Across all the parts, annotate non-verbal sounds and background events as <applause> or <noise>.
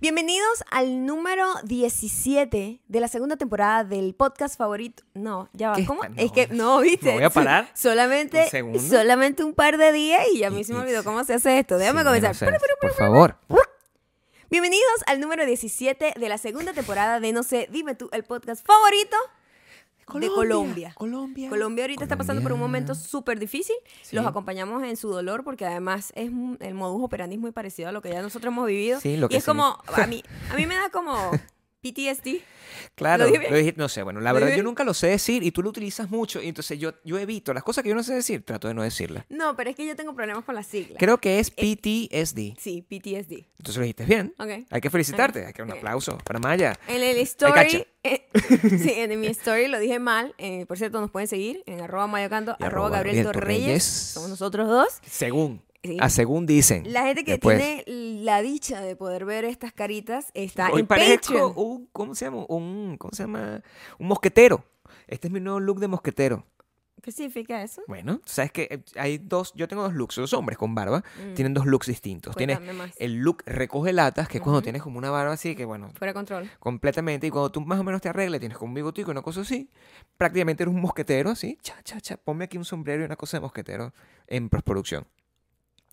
Bienvenidos al número 17 de la segunda temporada del podcast favorito. No, ya va. ¿Qué ¿Cómo? está- no, es que no, viste. me voy a parar. <laughs> Solamente, ¿Un segundo? solamente un par de días y ya a mí Y- se me y- olvidó cómo se hace esto. Déjame Sí, comenzar. menos es, por favor. Bienvenidos al número 17 de la segunda temporada de No sé, dime tú, el podcast favorito de Colombia. Colombia. Colombia ahorita está pasando por un momento Colombia. súper difícil. Sí. Los acompañamos en su dolor porque además es un- el modus operandi es muy parecido a lo que ya nosotros hemos vivido. Sí, lo y que es se- <laughs> como, a mí, a mí me da como PTSD. Claro, ¿Lo lo dije bien? dije- no sé, bueno, la ¿Lo verdad dije yo bien? nunca lo sé decir y tú lo utilizas mucho y entonces yo, yo evito las cosas que yo no sé decir, trato de no decirlas. No, pero es que yo tengo problemas con las siglas. Creo que es PTSD. Sí, PTSD. Entonces lo dijiste bien. Eh, Ok. Hay que felicitarte, hay que un Ok. aplauso para Maya. En el cacha. story, eh, <laughs> sí, en mi story lo dije mal. Eh, por cierto, nos pueden seguir en arroba mayocanto, Y arroba arroba Gabriel Gabriel Torreyes. Torreyes. Somos nosotros dos. Según, Sí. a según dicen. La gente que Después. tiene la dicha de poder ver estas caritas está Hoy en parezco Patreon. un, ¿cómo se llama? Un, ¿cómo se llama? Un mosquetero. Este es mi nuevo look de mosquetero. ¿Qué significa eso? Bueno, tú sabes que eh, hay dos, yo tengo dos looks, dos hombres con barba, tienen dos looks distintos. Tienes Mm. Cuéntame más. el look recoge latas, que es cuando tienes como una barba así, que bueno, Fuera de control. completamente, y cuando tú más o menos te arreglas, tienes como un bigotico, una cosa así, prácticamente eres un mosquetero así, cha, cha, cha, ponme aquí un sombrero y una cosa de mosquetero en postproducción.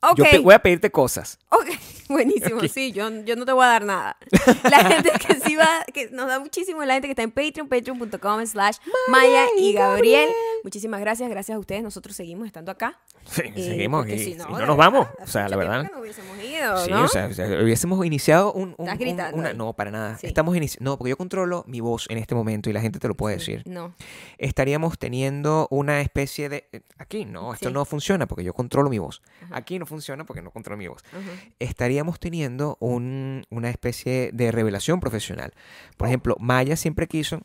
Ok, Yo te- voy a pedirte cosas. <laughs> ok, <laughs> buenísimo. Ok. Sí, yo, yo no te voy a dar nada. <laughs> La gente que sí va, que nos da muchísimo es la gente que está en Patreon, patreon.com slash Maya y Gabriel. Muchísimas gracias, gracias a ustedes. Nosotros seguimos estando acá. Sí, Eh, seguimos porque y, si y no, no de nos verdad, vamos. O hace sea, la mucho tiempo verdad. que no hubiésemos ido, Sí, ¿no? o sea, o sea, hubiésemos iniciado un, un- Estás un- gritando una- ahí. no para nada. Sí. Estamos inici- no, porque yo controlo mi voz en este momento y la gente te lo puede decir. No. Estaríamos teniendo una especie de eh, aquí no, esto Sí. no funciona porque yo controlo mi voz. Aquí no funciona porque no controlo mi voz. Ajá. Estaríamos teniendo un- una especie de revelación profesional. Oh. Por ejemplo, Maya siempre quiso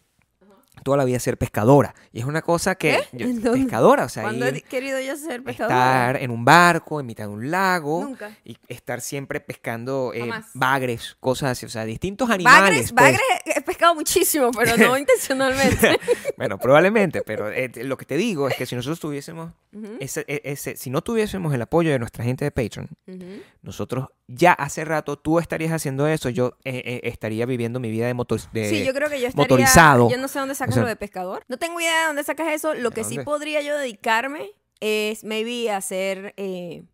toda la vida ser pescadora y es una cosa que ¿Qué? yo- ¿En dónde? pescadora, o sea, ¿Cuándo ir- he querido yo ser pescadora? estar en un barco en mitad de un lago Nunca. y estar siempre pescando eh, Jamás. bagres, cosas así, o sea, distintos animales. Bagres, pues. bagres he pescado muchísimo, pero no intencionalmente. <laughs> Bueno, probablemente, pero eh, lo que te digo es que si nosotros tuviésemos, ese- e- ese- si no tuviésemos el apoyo de nuestra gente de Patreon, Ujú. nosotros ya hace rato tú estarías haciendo eso, yo eh, eh, estaría viviendo mi vida de, motor, de Sí, yo creo que yo estaría eh, motorizado. Yo no sé dónde sacas O sea- lo de pescador. No tengo idea de dónde sacas eso. Lo ¿De que sí dónde? podría yo dedicarme es maybe hacer eh,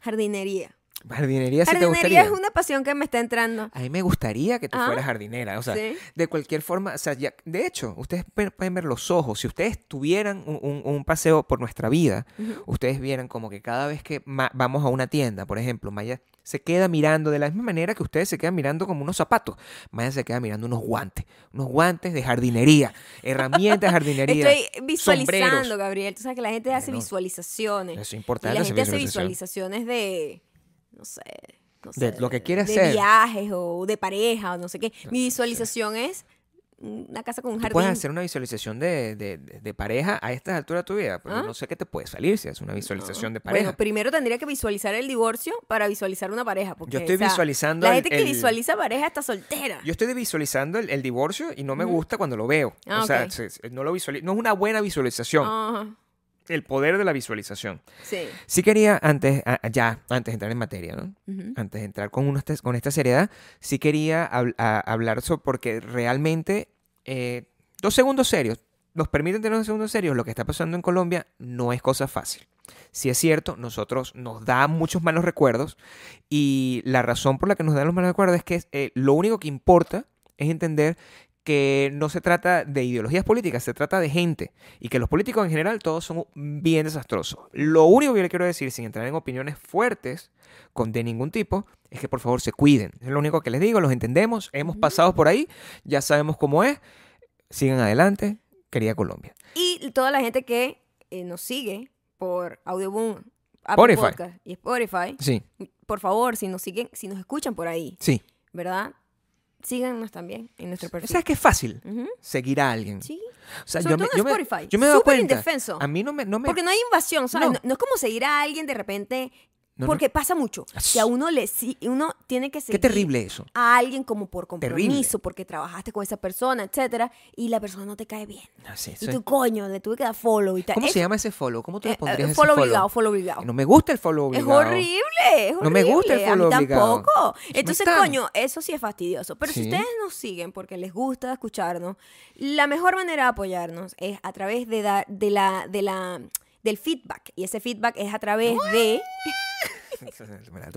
jardinería. Jardinería, si te jardinería gustaría. es una pasión que me está entrando. A mí me gustaría que tú Ah. fueras jardinera, o sea, Sí. De cualquier forma, o sea, ya- de hecho, ustedes pe- pueden ver los ojos. Si ustedes tuvieran un, un- un paseo por nuestra vida, Ujú. ustedes vieran como que cada vez que ma- vamos a una tienda, por ejemplo, Maya se queda mirando de la misma manera que ustedes se quedan mirando como unos zapatos. Maya se queda mirando unos guantes, unos guantes de jardinería, herramientas de jardinería. Estoy visualizando, sombreros. Gabriel. Tú sabes que la gente hace Bueno, visualizaciones. Eso es Y importante. la hacer gente hace visualización. visualizaciones de, no sé, no De sé, lo que quiere de hacer. viajes o de pareja o no sé qué. Mi visualización es una casa con un Tú jardín. puedes hacer una visualización de, de- de- de pareja a estas alturas de tu vida, pero ¿Ah? no sé qué te puede salir si es una visualización de pareja. Bueno, primero tendría que visualizar el divorcio para visualizar una pareja. Porque, Yo estoy o sea, visualizando La el- gente que el- visualiza pareja está soltera. Yo estoy visualizando el, el divorcio y no me gusta cuando lo veo. Ah, o sea, ok. Ah. se- se- no, lo visuali- no es una buena visualización. Ajá, El poder de la visualización. sí. Sí quería, antes, a- a- ya, antes de entrar en materia, ¿no? Ujú. Antes de entrar con, unos tes- con esta seriedad, sí quería habl- a- hablar sobre, porque realmente, eh, dos segundos serios, nos permiten tener dos segundos serios, lo que está pasando en Colombia no es cosa fácil. Si es cierto, nosotros nos da muchos malos recuerdos y la razón por la que nos dan los malos recuerdos es que eh, lo único que importa es entender que no se trata de ideologías políticas, se trata de gente y que los políticos en general todos son bien desastrosos. Lo único que yo le quiero decir, sin entrar en opiniones fuertes con de ningún tipo, es que por favor se cuiden. Es lo único que les digo, los entendemos, hemos pasado por ahí, ya sabemos cómo es, sigan adelante, querida Colombia. Y toda la gente que eh, nos sigue por Audioboom, Apple Spotify. Podcast y Spotify, Sí, por favor, si nos siguen, si nos escuchan por ahí, sí. ¿verdad? Síganos también en nuestro perfil. ¿Sabes qué es fácil? Ujú, Seguir a alguien. Sí. O sea, Sobre yo me, todo en yo me- Spotify. yo me he dado Súper cuenta. indefenso. A mí no me, no me Porque no hay invasión, ¿sabes? No. No. no es como seguir a alguien de repente No, no. Porque pasa mucho. As- Que a uno le si- uno tiene que Qué seguir terrible eso. a alguien como por Terrible. compromiso, porque trabajaste con esa persona, etcétera, y la persona no te cae bien. No sé, Y eso tú, coño, le tuve que dar follow y tal. ¿Cómo Es- se llama ese follow? ¿Cómo tú le eh, pondrías eh, ese follow follow? obligado, follow obligado. No me gusta el follow Es obligado. <laughs> horrible, es horrible. No me gusta el follow a mí obligado. tampoco. Es muy Entonces, tan- coño, eso sí es fastidioso. Pero Sí. si ustedes nos siguen porque les gusta escucharnos, la mejor manera de apoyarnos es a través de, dar- de la, de la, del feedback. Y ese feedback es a través de...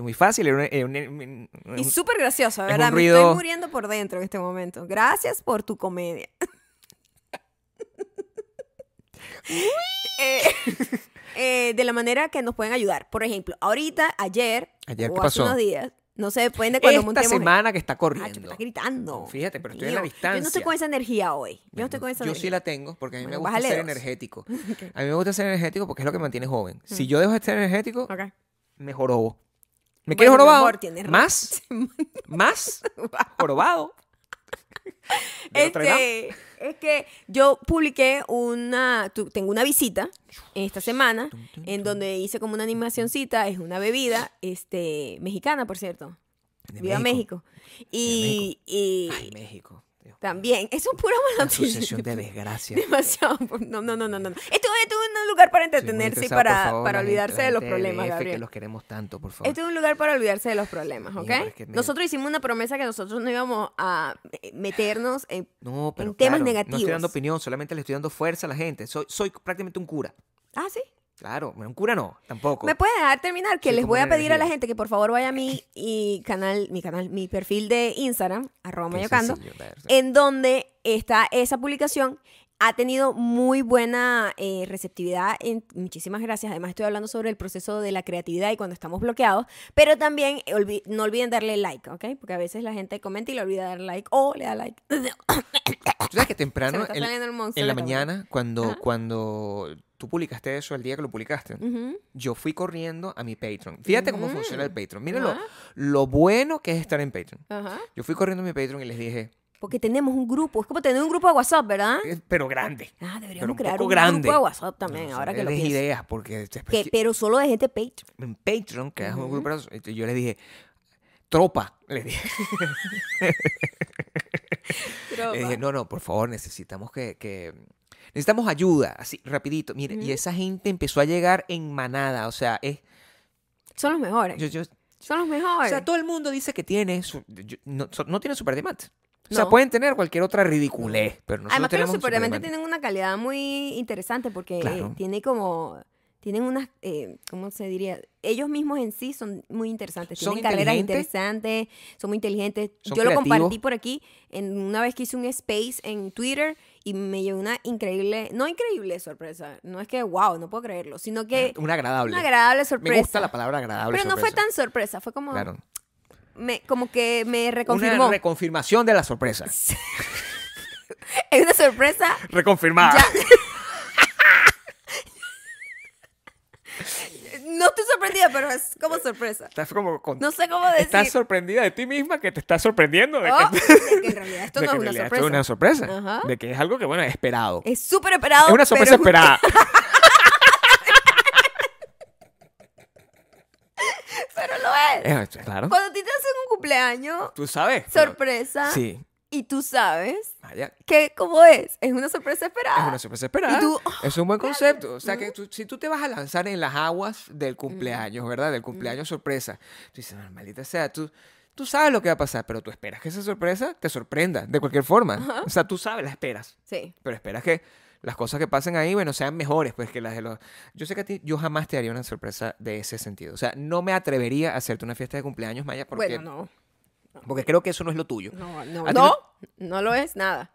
Muy fácil. era una- era una- una- Y súper gracioso, es un ¿verdad? Me ruido- estoy muriendo por dentro en este momento. Gracias por tu <laughs> comedia. Eh, eh, de la manera que nos pueden ayudar. Por ejemplo, ahorita, ayer, Ayer, o ¿qué hace pasó? unos días, no sé, depende de cuando Esta montemos. semana que está Ah, chuta, corriendo. estás gritando. Fíjate, pero estoy Mío, en la distancia. Yo no estoy con esa energía hoy. Yo no estoy con esa Yo energía. sí la tengo porque a mí Bueno, me gusta bájale ser dos. <laughs> energético. A mí me gusta ser energético porque es lo que me mantiene joven. Si yo dejo de ser energético, Mm. Ok. me jorobo. ¿Me Bueno, quieres mi jorobado? amor, tienes razón. Más, <laughs> más jorobado. De Notre Dame. Este, es que yo publiqué una, tu- tengo una visita esta semana en donde hice como una animacioncita, es una bebida, este, mexicana por cierto, De viva México, y, y Ay, México. Dios. también, eso es pura <laughs> Una mala noticia. sucesión <laughs> de desgracias. Demasiado, no, no, no, no, no. Esto esto es un lugar para Soy muy entretenerse y estresado, por para, favor, para la gente- olvidarse la de los gente problemas, DF, Gabriel. que los queremos tanto, por favor. Este es un lugar para olvidarse de los problemas, Dios ¿ok? mío, pero es que me- Nosotros hicimos una promesa que nosotros no íbamos a eh, meternos en... No, pero en temas claro, No negativos. estoy dando opinión, solamente le estoy dando fuerza a la gente. Soy, soy prácticamente un cura. Ah, sí. Claro, bueno, un cura no, tampoco. ¿Me puedes dejar terminar? Que Sí, les como voy a una pedir a la energía. gente que por favor vaya a mi y canal, mi canal, mi perfil de Instagram, arroba Qué mayocando, sencillo, Berta. en donde está esa publicación. Ha tenido muy buena eh, receptividad. en- muchísimas gracias. Además, estoy hablando sobre el proceso de la creatividad y cuando estamos bloqueados. Pero también eh, olvi- no olviden darle like, ¿ok? Porque a veces la gente comenta y le olvida dar like o le da like. <laughs> Tú sabes que Se me temprano, está Ah, en, saliendo el monstruo en la de mañana, cuando, Ajá. Mm. cuando tú publicaste eso, el día que lo publicaste, Ujú. yo fui corriendo a mi Mm. Patreon. Fíjate cómo funciona el Patreon. Mira lo, Ajá. lo bueno que es estar en Patreon. Ajá. Yo fui corriendo a mi Patreon y les dije, Porque tenemos un grupo. Es como tener un grupo de WhatsApp, ¿verdad? "Eh, pero grande. Ah, Pero deberíamos un crear poco un grande. grupo de WhatsApp también, No, ahora que lo les pienso. ideas, pues porque Que- pero solo de gente Patreon. en Patreon, creas un grupo, y yo les dije, tropa, les dije. <laughs> Le dije, Eh, no, no, por favor, necesitamos que, que- Necesitamos ayuda, así, rapidito. Mire, y esa gente empezó a llegar en manada, o sea, es... Son los mejores. yo- yo- son los o mejores. sea, todo el mundo dice que tiene... su- yo- no, so- no tienen superdemand. O sea, No. pueden tener cualquier otra ridiculez, pero nosotros Además que los tenemos un suplementos superdemand. tienen una calidad muy interesante porque eh, Claro. tiene como... Tienen unas, eh, ¿cómo se diría? Ellos mismos en sí son muy interesantes. Son Tienen carreras inteligentes. interesantes, son muy inteligentes. Son Yo creativos. lo compartí por aquí en una vez que hice un space en Twitter y me llevé una increíble, no increíble sorpresa. No es que, wow, no puedo creerlo, sino que Un agradable. una agradable sorpresa. Me gusta la palabra agradable. Pero no fue sorpresa. tan sorpresa, fue como, Claro. me, como que me reconfirmó. Una reconfirmación de la sorpresa. <laughs> es una sorpresa. Reconfirmada. Ya. no estoy sorprendida, pero es como sorpresa. Estás como con- No sé cómo decir. Estás sorprendida de ti misma que te estás sorprendiendo <laughs> de Oh, que, de que en realidad esto de no es que en una realidad sorpresa. esto es una sorpresa. Ajá. De que es algo que, bueno, es esperado. Es súper esperado. Es una pero sorpresa es un- esperada. <laughs> Pero lo es. Eh, claro. Cuando a ti te hacen un cumpleaños, Tú sabes. pero- Oh, sorpresa, Sí. y tú sabes Vaya, que cómo es. Es una sorpresa esperada. Es una sorpresa esperada. Y tú- "Ah, es un buen concepto. O sea, que tú- si tú te vas a lanzar en las aguas del cumpleaños, ¿verdad? Del cumpleaños sorpresa. Tú dices, "Ah, maldita sea, tú, tú sabes lo que va a pasar, pero tú esperas que esa sorpresa te sorprenda de cualquier forma. O sea, tú sabes, la esperas. Sí. Pero esperas que las cosas que pasen ahí, bueno, sean mejores, pues que las de los... Yo sé que a ti, yo jamás te haría una sorpresa de ese sentido. O sea, no me atrevería a hacerte una fiesta de cumpleaños, Maya, porque, Bueno, porque creo que eso no es lo tuyo. no. No, ¿A no, ti no, no lo es nada.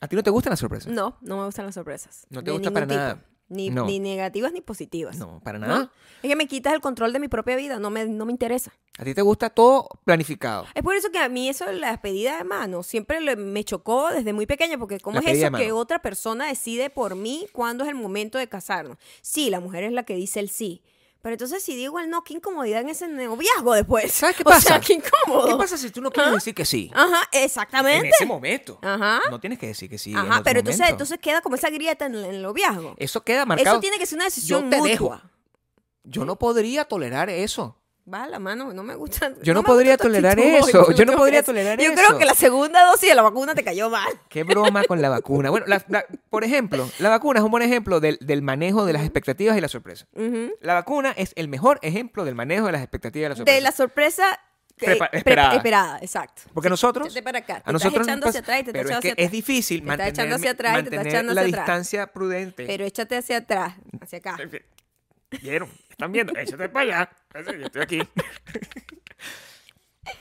¿A ti no te gustan las sorpresas? No, no me gustan las sorpresas. No te De gusta ningún para tipo. nada. Ni, No. ni negativas ni positivas. No, para Mm. ¿No? nada. Es que me quitas el control de mi propia vida, no me, no me interesa. A ti te gusta todo planificado. Es por eso que a mí eso de la pedida de mano siempre le- me chocó desde muy pequeña, porque ¿cómo La es pedida eso de que mano. otra persona decide por mí cuándo es el momento de casarnos? Sí, la mujer es la que dice el sí. Pero entonces si digo el no, qué incomodidad en ese noviazgo después. ¿Sabes qué <laughs> O sea, pasa? qué incómodo. ¿Qué pasa si tú no quieres decir que sí? Ajá, ¿Ah? En exactamente. ese momento. Ajá. No tienes que decir que sí. en Ajá, otro pero entonces, momento. entonces queda como esa grieta en el en el noviazgo. Eso queda marcado. Eso tiene que ser una decisión te mutua. dejo. Yo no podría tolerar eso. Va la mano, no me gusta. Yo no, me podría gusta tu tolerar actitud, <laughs> eso. Oye, Yo no creo podría que- tolerar yo eso. creo que la segunda dosis de la vacuna te cayó mal. Qué broma con la vacuna. Bueno, la- la- por ejemplo, la vacuna es un buen ejemplo del, del manejo de las expectativas y la sorpresa. Ujú. La vacuna es el mejor ejemplo del manejo de las expectativas y la sorpresa. De la sorpresa que- Prepa- pre- esperada. esperada, exacto. Porque nosotros... Vete para acá. Te a estás nosotros nos echando pasa- hacia atrás y te estás pero echando es que hacia atrás. es difícil Te estás mantener, echando hacia atrás y te estás mantener echando la hacia atrás. distancia prudente. Pero échate hacia atrás, hacia acá. ¿Vieron? ¿Están viendo? Échate para allá. Yo estoy aquí. <laughs>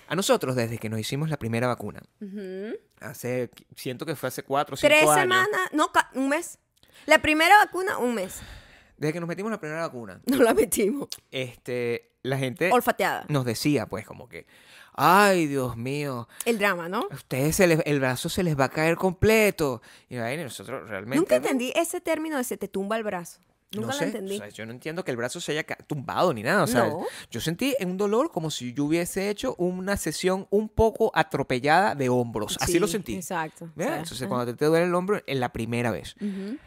A nosotros, desde que nos hicimos la primera vacuna, Ujú. hace, siento que fue hace cuatro o cinco Tres años. semanas, no, ca- un mes. La primera vacuna, un mes. <laughs> Desde que nos metimos la primera vacuna, No la metimos. este, la gente Olfateada. nos decía, pues, como que, ay, Dios mío, El drama, ¿no? a ustedes se les- el brazo se les va a caer completo. Y ay, nosotros realmente... Nunca bueno, entendí ese término de se te tumba el brazo. Nunca no lo sé, entendí. o sea, yo no entiendo que el brazo se haya ca- tumbado ni nada. O sea, No. yo sentí un dolor como si yo hubiese hecho una sesión un poco atropellada de hombros. Así lo Sí, sentí. Exacto. o ¿Verdad? sea, Entonces, ajá. cuando te, te duele el hombro, es la primera vez. Ujú.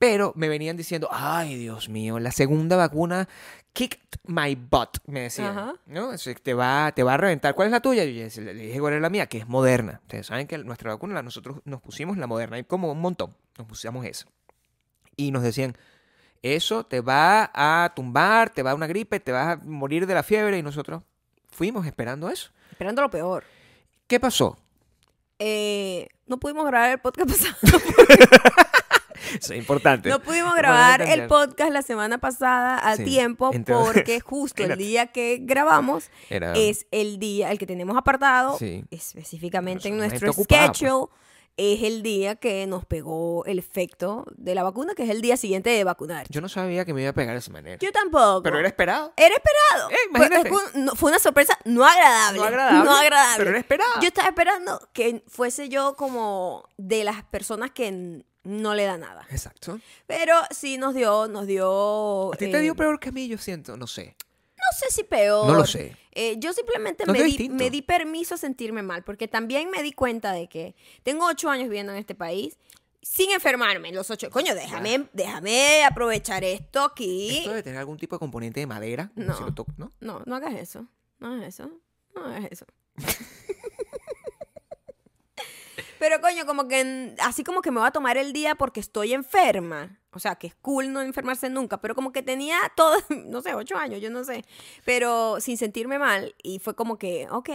Pero me venían diciendo, ay, Dios mío, la segunda vacuna kicked my butt, me decían. Ajá. ¿no? O sea, te, va, te va a reventar. ¿Cuál es la tuya? Yo ya se- le dije cuál es la mía, que es moderna. Ustedes saben que nuestra vacuna, la- nosotros nos pusimos la moderna, y como un montón, nos pusimos esa. Y nos decían, eso te va a tumbar, te va a una gripe, te vas a morir de la fiebre. Y nosotros fuimos esperando eso. Esperando lo peor. ¿Qué pasó? <laughs> Eh, no pudimos grabar el podcast <laughs> pasado. Eso es importante. No pudimos Vamos a grabar el entender. podcast la semana pasada a Sí, tiempo entonces- <laughs> porque justo el Imagínate. día que grabamos Era- es el día, el que tenemos apartado, Sí. específicamente en Pero esa nuestro gente ocupada, pues. schedule, es el día que nos pegó el efecto de la vacuna, que es el día siguiente de vacunar. Yo, Yo no sabía que me iba a pegar de esa manera. tampoco. Pero era esperado. Era esperado. Eh, Fue- imagínate. Fue, un- no- fue una sorpresa no agradable. No agradable, no agradable. pero era esperada. Yo estaba esperando que fuese yo como de las personas que n- no le da nada. Exacto. Pero sí nos dio, nos dio. A ti eh, te dio peor que a mí, yo siento. No sé. No sé si peor. No lo sé. Eh, yo simplemente Nos me, dio di, distinto. me di permiso a sentirme mal, porque también me di cuenta de que tengo ocho años viviendo en este país sin enfermarme. Los ocho. Coño, déjame, déjame aprovechar esto aquí. Esto debe tener algún tipo de componente de madera. No. No. Si lo toco, ¿no? No, no hagas eso. No hagas eso. No hagas eso. <laughs> Pero coño, como que en- así como que me voy a tomar el día porque estoy enferma. O sea, que es cool no enfermarse nunca, pero como que tenía todo, <laughs> no sé, ocho años, yo no sé. Pero sin sentirme mal y fue como que, ok,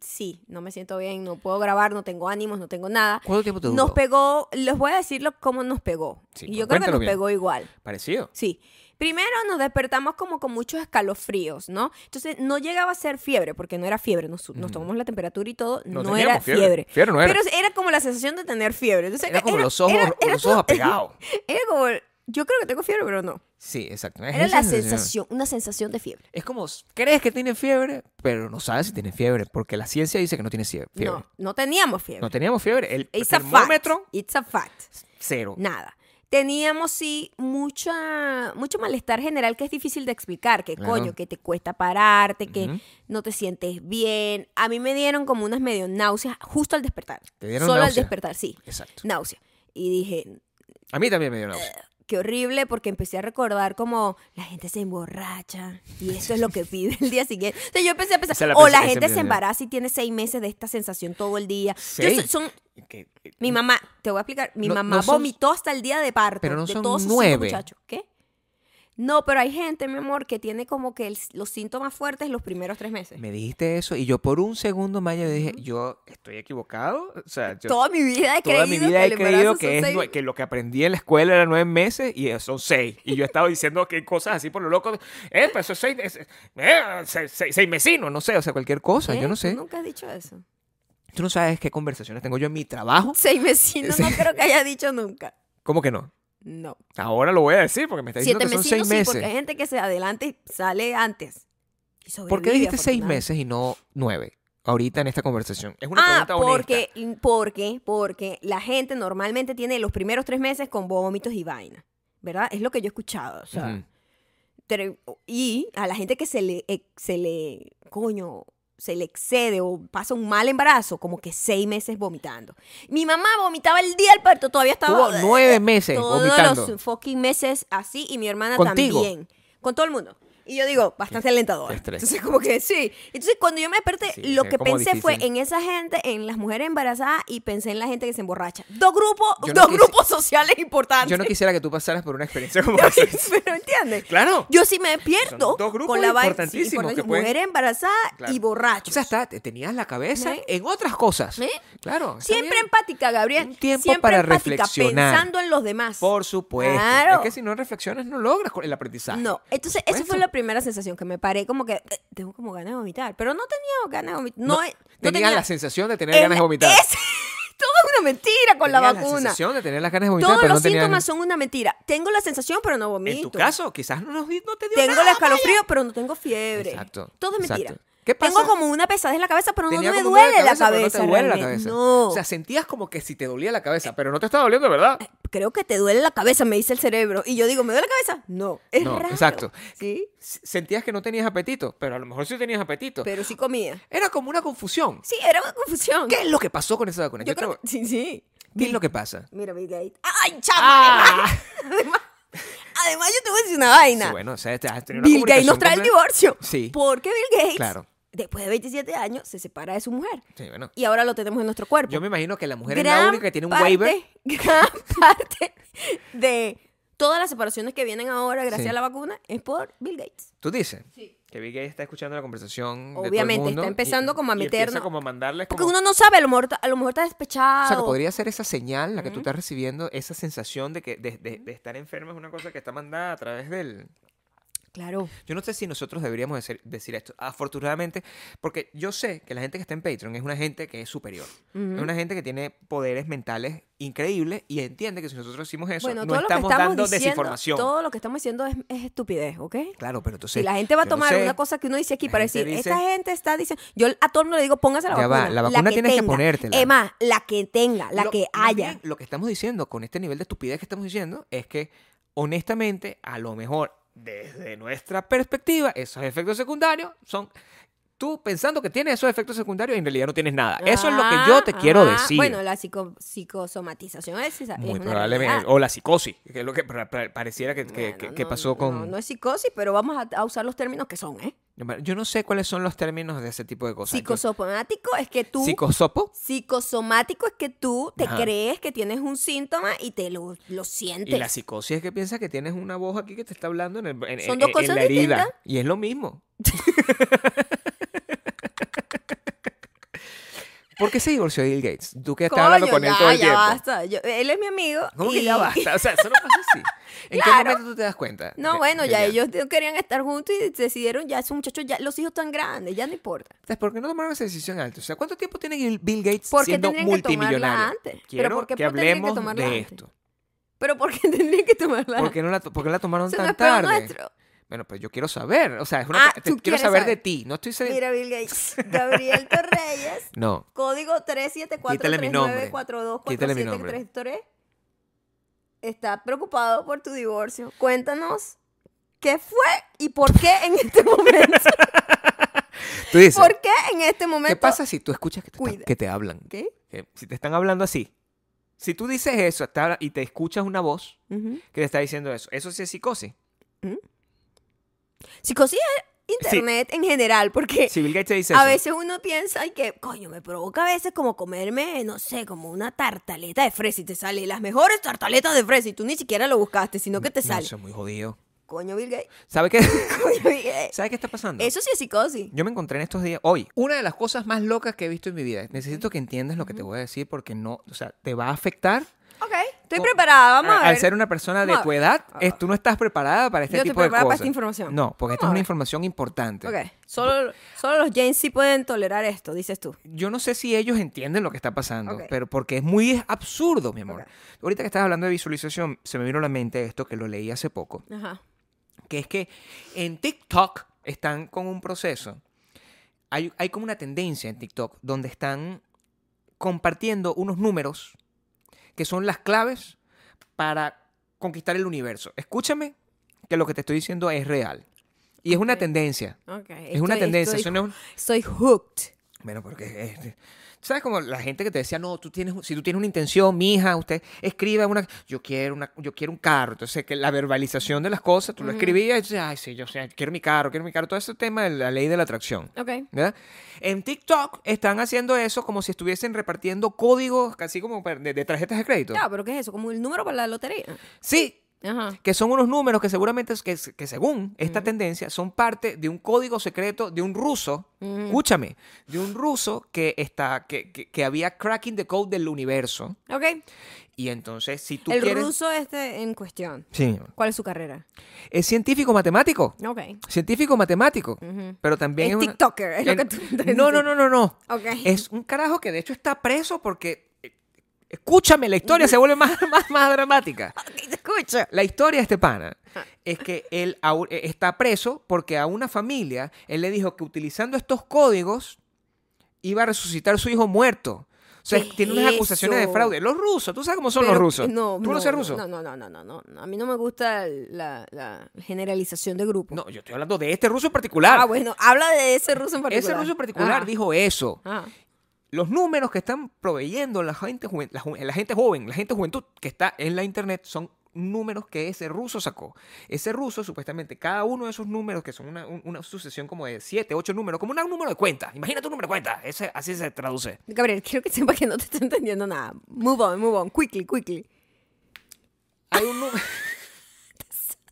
sí, no me siento bien, no puedo grabar, no tengo ánimos, no tengo nada. ¿Cuánto tiempo te duró? Nos pegó, les voy a decirlo cómo nos pegó. Sí, y yo creo que cuéntalo nos bien. pegó igual. Parecido. Sí. Primero nos despertamos como con muchos escalofríos, ¿no? Entonces no llegaba a ser fiebre, porque no era fiebre. Nos, nos Ujú. tomamos la temperatura y todo, no, No era teníamos fiebre. fiebre. Fiebre no era. Pero era como la sensación de tener fiebre. Entonces, Era como era- los ojos, era- era los todo- ojos apegados. <laughs> Era como, yo creo que tengo fiebre, pero no. Sí, exacto. Es Era esa la sensación, una sensación de fiebre. Es como, crees que tiene fiebre, pero no sabes si tiene fiebre, porque la ciencia dice que no tiene cie- fiebre. No, no teníamos fiebre. No teníamos fiebre. El It's a fact. termómetro, It's a fact. cero. Nada. Teníamos, sí, mucha, mucho malestar general que es difícil de explicar, que Claro. coño, que te cuesta pararte, que Ujú. no te sientes bien. A mí me dieron como unas medio náuseas justo al despertar. ¿Te dieron Solo al náuseas? despertar, sí, Exacto. náusea. Y dije, A mí también me dio náusea. qué horrible, porque empecé a recordar como la gente se emborracha <laughs> y eso es lo que pide el día siguiente. O sea, yo empecé a Esa pensar, es la o pensé- la esa gente es mi se idea. embaraza y tiene seis meses de esta sensación todo el día. Yo Seis. so- son, Que- eh, mi mamá, te voy a explicar, mi No- mamá no son- vomitó hasta el día de parto. Pero no de son todos sus hijos, nueve. muchachos. ¿Qué? No, pero hay gente, mi amor, que tiene como que el- los síntomas fuertes los primeros tres meses. Me dijiste eso y yo por un segundo, Maya, dije, yo estoy equivocado. O sea, yo Toda mi vida he toda creído mi vida que he el embarazo creído que, son es seis- nue- que lo que aprendí en la escuela era nueve meses y son seis. Y yo he estado diciendo que cosas así por lo loco. Eh, pues eso es seis, es- eh, seis, seis- seis mesinos, no sé, o sea, cualquier cosa, ¿Qué? yo no ¿Tú sé. ¿Eh? Nunca has dicho eso. <laughs> Tú no sabes qué conversaciones tengo yo en mi trabajo. Seis vecinos no creo que haya dicho nunca. ¿Cómo que no? No. Ahora lo voy a decir porque me está diciendo Siete que son seis vecinos sí, porque hay meses. gente que se adelanta y sale antes. Y ¿Por qué sobrevive, dijiste seis afortunadamente. meses y no nueve? Ahorita en esta conversación. Es una ah, pregunta honesta. porque, porque, porque la gente normalmente tiene los primeros tres meses con vómitos y vaina, ¿verdad? Es lo que yo he escuchado. o sea, Ujú. tre- y a la gente que se le, ex- se le, coño, se le excede o pasa un mal embarazo, como que seis meses vomitando. Mi mamá vomitaba el día del parto, todavía estaba... Tuvo nueve meses Todos vomitando. los fucking meses así y mi hermana Contigo. también. Con todo el mundo. Y yo digo, bastante alentador. estrés. Entonces, como que sí. Entonces, cuando yo me desperté, Sí, lo es que como pensé fue difícil. en esa gente, en las mujeres embarazadas y pensé en la gente que se emborracha. Dos grupos, Yo no dos quise- grupos sociales importantes. Yo no quisiera que tú pasaras por <laughs> una experiencia como esa. Pero entiendes. Claro. Yo sí me despierto Son dos grupos con la vaina. importantísimos que pueden- mujer embarazada Claro. y O borracho. sea, está- te tenías la cabeza ¿Eh? en otras cosas. ¿Eh? Claro. está Siempre bien. empática, Gabriel. Un tiempo Siempre para empática, reflexionar. Pensando en los demás. Por supuesto. Claro. Es que si no reflexionas, no logras el aprendizaje. No, entonces Por esa fue supuesto. la primera sensación que me paré como que eh, tengo como ganas de vomitar, pero no tenía ganas de vomitar, no, eh, no Tenías la sensación de tener en- ganas de vomitar. es- <laughs> todo es una mentira con la Tenías vacuna. La sensación de tener las ganas de vomitar. Todos pero los no tenías- síntomas son una mentira. Tengo la sensación, pero no vomito. En tu caso, quizás no, nos di- no te dio Tengo el nada, escalofrío, pero no tengo fiebre. Exacto, Todo es mentira. exacto. ¿Qué Tengo pasa? como una pesadez en la cabeza, pero Tenía no me como un dolor duele de la cabeza, cabeza. pero No te duele la realmente. cabeza. No. O sea, sentías como que si te dolía la cabeza, pero no te estaba doliendo, de ¿verdad? creo que te duele la cabeza, me dice el cerebro. Y yo digo, ¿me duele la cabeza? No. Es No, raro. exacto. Sí, S- Sentías que no tenías apetito, pero a lo mejor sí tenías apetito. pero sí comía. Era como una confusión. Sí, era una confusión. ¿Qué es lo que pasó con esa vacuna? Yo Yo te creo voy- que- Sí, sí. ¿Qué es lo que pasa? Mira, Bill Gates. ¡Ay, chama! Ah. Además, <laughs> además, además yo te voy a decir una vaina. Sí, bueno, o sea, te has tenido una Bill Gates nos comunicación trae el completa- divorcio. Sí. Porque Bill Gates, Claro. después de 27 años, se separa de su mujer. Sí, bueno. Y ahora lo tenemos en nuestro cuerpo. Yo me imagino que la mujer es Gran la única que tiene un parte- <laughs> waiver. Gran parte de todas las separaciones que vienen ahora gracias Sí. a la vacuna es por Bill Gates. ¿Tú dices? Que Bill Gates está escuchando la conversación. de todo el Obviamente, mundo está empezando y- como a y meternos. empieza como a mandarles Porque como- uno no sabe, a lo mejor, a lo mejor está O despechado. sea, que podría ser esa señal la que tú estás recibiendo, esa sensación de que de, de- de estar enferma es una cosa que está mandada a través del... Claro. Yo no sé si nosotros deberíamos decir, decir esto. Afortunadamente, porque yo sé que la gente que está en Patreon es una gente que es superior. Es una gente que tiene poderes mentales increíbles y entiende que si nosotros hicimos eso, bueno, no todo lo que estamos, estamos dando diciendo, desinformación. todo lo que estamos diciendo es, es estupidez, ¿ok? Claro, pero entonces... Si la gente va a yo no tomar sé. una cosa que uno dice aquí La para gente decir, dice- esta gente está diciendo, yo a todo el mundo le digo, póngase la Ya va, vacuna. la vacuna que tienes que tenga. ponértela. Es más, la que tenga, la Lo- que más haya. bien, lo que estamos diciendo con este nivel de estupidez que estamos diciendo es que, honestamente, a lo mejor desde nuestra perspectiva, esos efectos secundarios son. Tú pensando que tienes esos efectos secundarios, en realidad no tienes nada. Eso es lo que yo te Ah, quiero ah. decir. Bueno, la psico- psicosomatización es, esa- es Muy una probablemente. realidad. O la psicosis, que es lo que pa- pa- pareciera que, que- Bueno, que- que no, pasó No, con. no es psicosis, pero vamos a, a usar los términos que son, ¿eh? Yo no sé cuáles son los términos de ese tipo de cosas. Yo- Psicosomático es que tú... Psicosopo. Psicosomático es que tú te Ajá. crees que tienes un síntoma y te lo, lo sientes. Y <laughs> la psicosis es que piensas que tienes una voz aquí que te está hablando en, el- en- Son en- dos en cosas la herida. distintas. Y es <laughs> lo mismo. ¿Por qué se divorció Bill Gates? Tú que estás hablando Coño, con él ya, todo el ya tiempo. basta. Yo- él es mi amigo. ¿Cómo y- <laughs> que ya basta? O sea, eso no pasa así. ¿En Claro. qué momento tú te das cuenta? No, que- bueno, que ya, ellos no querían estar juntos y decidieron, ya esos muchachos, ya los hijos están grandes, ya no importa. ¿Sabes por qué no tomaron esa decisión antes? O sea, ¿cuánto tiempo tiene Bill- Bill Gates ¿Por qué siendo tendrían que tomarla multimillonario? antes? ¿Pero Quiero por qué pues que tendrían que hablemos tomarla de antes? esto. Pero ¿por qué tendrían que tomarla? ¿Por qué no la, to- por qué la tomaron Eso tan no es peor tarde? nuestro. Bueno, pues yo quiero saber. O sea, es una Ah, te- tú quiero quieres saber, de saber. ti. No estoy seguro. Mira, Bill <laughs> Gates, Gabriel Torreyes, No, código Quítale mi nombre. Quítale mi 37439424733. Está preocupado por tu divorcio. Cuéntanos qué fue y por qué en <laughs> este momento. Tú dices, ¿Por qué en este momento? ¿qué pasa si tú escuchas que te, están- Cuida. que te hablan? ¿Qué? Que si te están hablando así. Si tú dices eso hasta- y te escuchas una voz Ujú. que te está diciendo eso, eso sí es psicosis. Psicosis es internet en general, porque Si Bill Gates te dice Eh, A eso, veces uno piensa y que, coño, me provoca a veces como comerme, no sé, como una tartaleta de fresa y te sale las mejores tartaletas de fresa y tú ni siquiera lo buscaste, sino que te no, sale. eso es muy jodido. Coño, Bill Gates. <laughs> ¿Sabes qué? Coño, Bill Gates. ¿Sabes qué está pasando? Eso sí es psicosis. Yo me encontré en estos días, hoy, una de las cosas más locas que he visto en mi vida. Necesito que entiendas lo que te voy a decir porque no, o sea, te va a afectar. Ok, estoy Co- preparada, Ah, vamos a, ver. Al ser una persona de Vamos a tu ver. Ah. edad, es- tú no estás preparada para Yo este estoy tipo de cosas. preparada para esta información. No, porque Vamos a esta es ver. una información importante. Ok, solo, solo los James sí pueden tolerar esto, dices tú. yo no sé si ellos entienden lo que está pasando, Ok. pero porque es muy absurdo, mi amor. Ok. Ahorita que estabas hablando de visualización, se me vino a la mente esto que lo leí hace poco, Ajá. que es que en TikTok están con un proceso. Hay, hay como una tendencia en TikTok donde están compartiendo unos números que son las claves para conquistar el universo. Escúchame que lo que te estoy diciendo es real. Y es una Ok. tendencia. Ok. Es una tendencia. eso Estoy, no es un- soy hooked. Bueno, porque este, sabes como la gente que te decía, no, tú tienes, si tú tienes una intención, mi hija, usted escriba una, yo quiero una, yo quiero un carro. Entonces que la verbalización de las cosas, tú lo Ujú. escribías y dices, ay sí, yo sé, quiero mi carro, quiero mi carro. Todo ese tema de la ley de la atracción. Ok. ¿verdad? En TikTok están haciendo eso como si estuviesen repartiendo códigos, casi como per- de, de tarjetas de crédito. Ya, pero ¿qué es eso? Como el número para la lotería. Sí, Ajá. que son unos números que seguramente, es- que, que según Mm. esta tendencia, son parte de un código secreto de un ruso, Mm. escúchame, de un ruso que, está, que, que- que había cracking the code del universo. Ok. Y entonces, si tú El quieres... ruso este en cuestión. Sí. ¿Cuál es su carrera? Es científico matemático. Ok. Científico matemático. Pero también Es es una- TikToker, es lo que tú te No, no, no, no, no. Ok. Es un carajo que de hecho está preso porque. eh, Escúchame, la historia se vuelve más, <laughs> más, más dramática. Te escucho. La historia de este pana Ah. es que él au- eh, está preso porque a una familia él le dijo que utilizando estos códigos iba a resucitar su hijo muerto. O sea, ¿Qué es tiene unas acusaciones de eso? fraude. Los rusos, tú sabes cómo son Pero- los rusos. No, ¿Tú no, no, seas ruso? No, no, no, no, no, no. A mí no me gusta la, la generalización de grupo. No, yo estoy hablando de este ruso en particular. Ah, bueno, habla de ese ruso en particular. Ese ruso en particular Ajá. dijo eso. Ajá. los números que están proveyendo la gente, juven- la, ju- la gente joven, la gente juventud que está en la internet son números que ese ruso sacó. Ese ruso, supuestamente, cada uno de esos números, que son una, un- una sucesión como de 7, 8 números, como una- un número de cuenta. Imagínate un número de cuenta. Ese, así se traduce. Gabriel, quiero que sepa que no te estoy entendiendo nada. Move on, move on. Quickly, quickly. Hay un nu-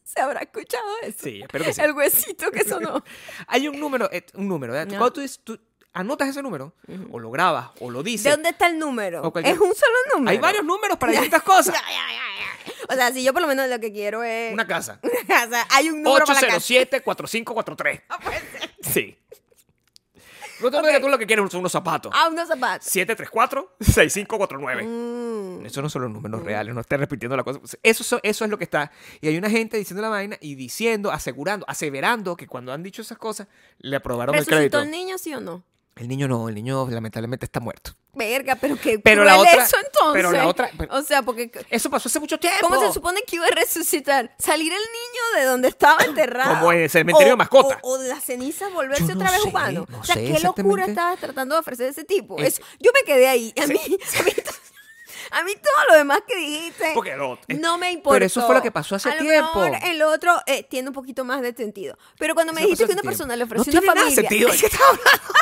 ¿Se habrá escuchado eso? <laughs> Sí, espero que sí. El huesito que <laughs> sonó. Hay un número, eh, un número. ¿verdad? No. Cuando tú, dices- tú anotas ese número, o lo grabas, o lo ¿De dices. dónde está el número? O cualquier- Es un solo número. Hay varios números para <laughs> distintas cosas. O sea, si yo por lo menos lo que quiero es. Una casa. <laughs> o sea, hay un número para la pues. casa. 807-4543. Sí. No te olvides que tú lo que quieres son unos zapatos. Ah, unos zapatos. 734-6549. Mm. Eso no son los números reales, no estés repitiendo la cosa. Eso, so- eso es lo que está. Y hay una gente diciendo la vaina y diciendo, asegurando, aseverando que cuando han dicho esas cosas, le aprobaron el ¿Resucitó crédito. el niño, sí o no? El niño no, el niño lamentablemente está muerto. Verga, pero que Pero la otra- eso entonces. pero la otra- pero- o sea, porque Eso pasó hace mucho tiempo. ¿cómo se supone que iba a resucitar? Salir el niño de donde estaba enterrado. Como en el cementerio de mascotas. O, o de las cenizas volverse Yo no otra vez sé, humano. no o sea, sé qué locura exactamente. estabas tratando de ofrecer ese tipo. Es- Eso- yo me quedé ahí. A mí, <laughs> a mí, a mí todo lo demás que dijiste. Porque lo- eh. es- no me importó. pero eso fue lo que pasó hace a lo tiempo. Mejor el otro eh, tiene un poquito más de sentido. Pero cuando me Eso dijiste pasó que hace una tiempo. persona le ofreció No tiene una nada de familia. sentido. ¿De qué estás hablando?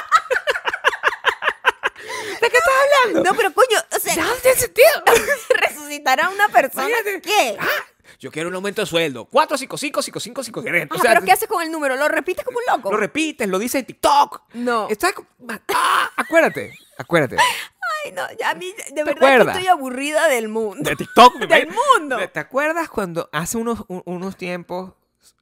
¿De qué estás hablando? No, pero coño, o sea, Nada de sentido. <laughs> resucitar a una persona. Imagínate. ¿Qué? Ah, yo quiero un aumento de sueldo. 455 55 Ajá, pero ¿qué haces con el número? ¿Lo repites como un loco? Lo repites, lo dices en TikTok. No. Está co- Ah, acuérdate, acuérdate. Ay, no, ya a mí de verdad acuerdas? que estoy aburrida del mundo. De TikTok. <laughs> me Del imagino. mundo. ¿Te acuerdas cuando hace unos, un- unos tiempos,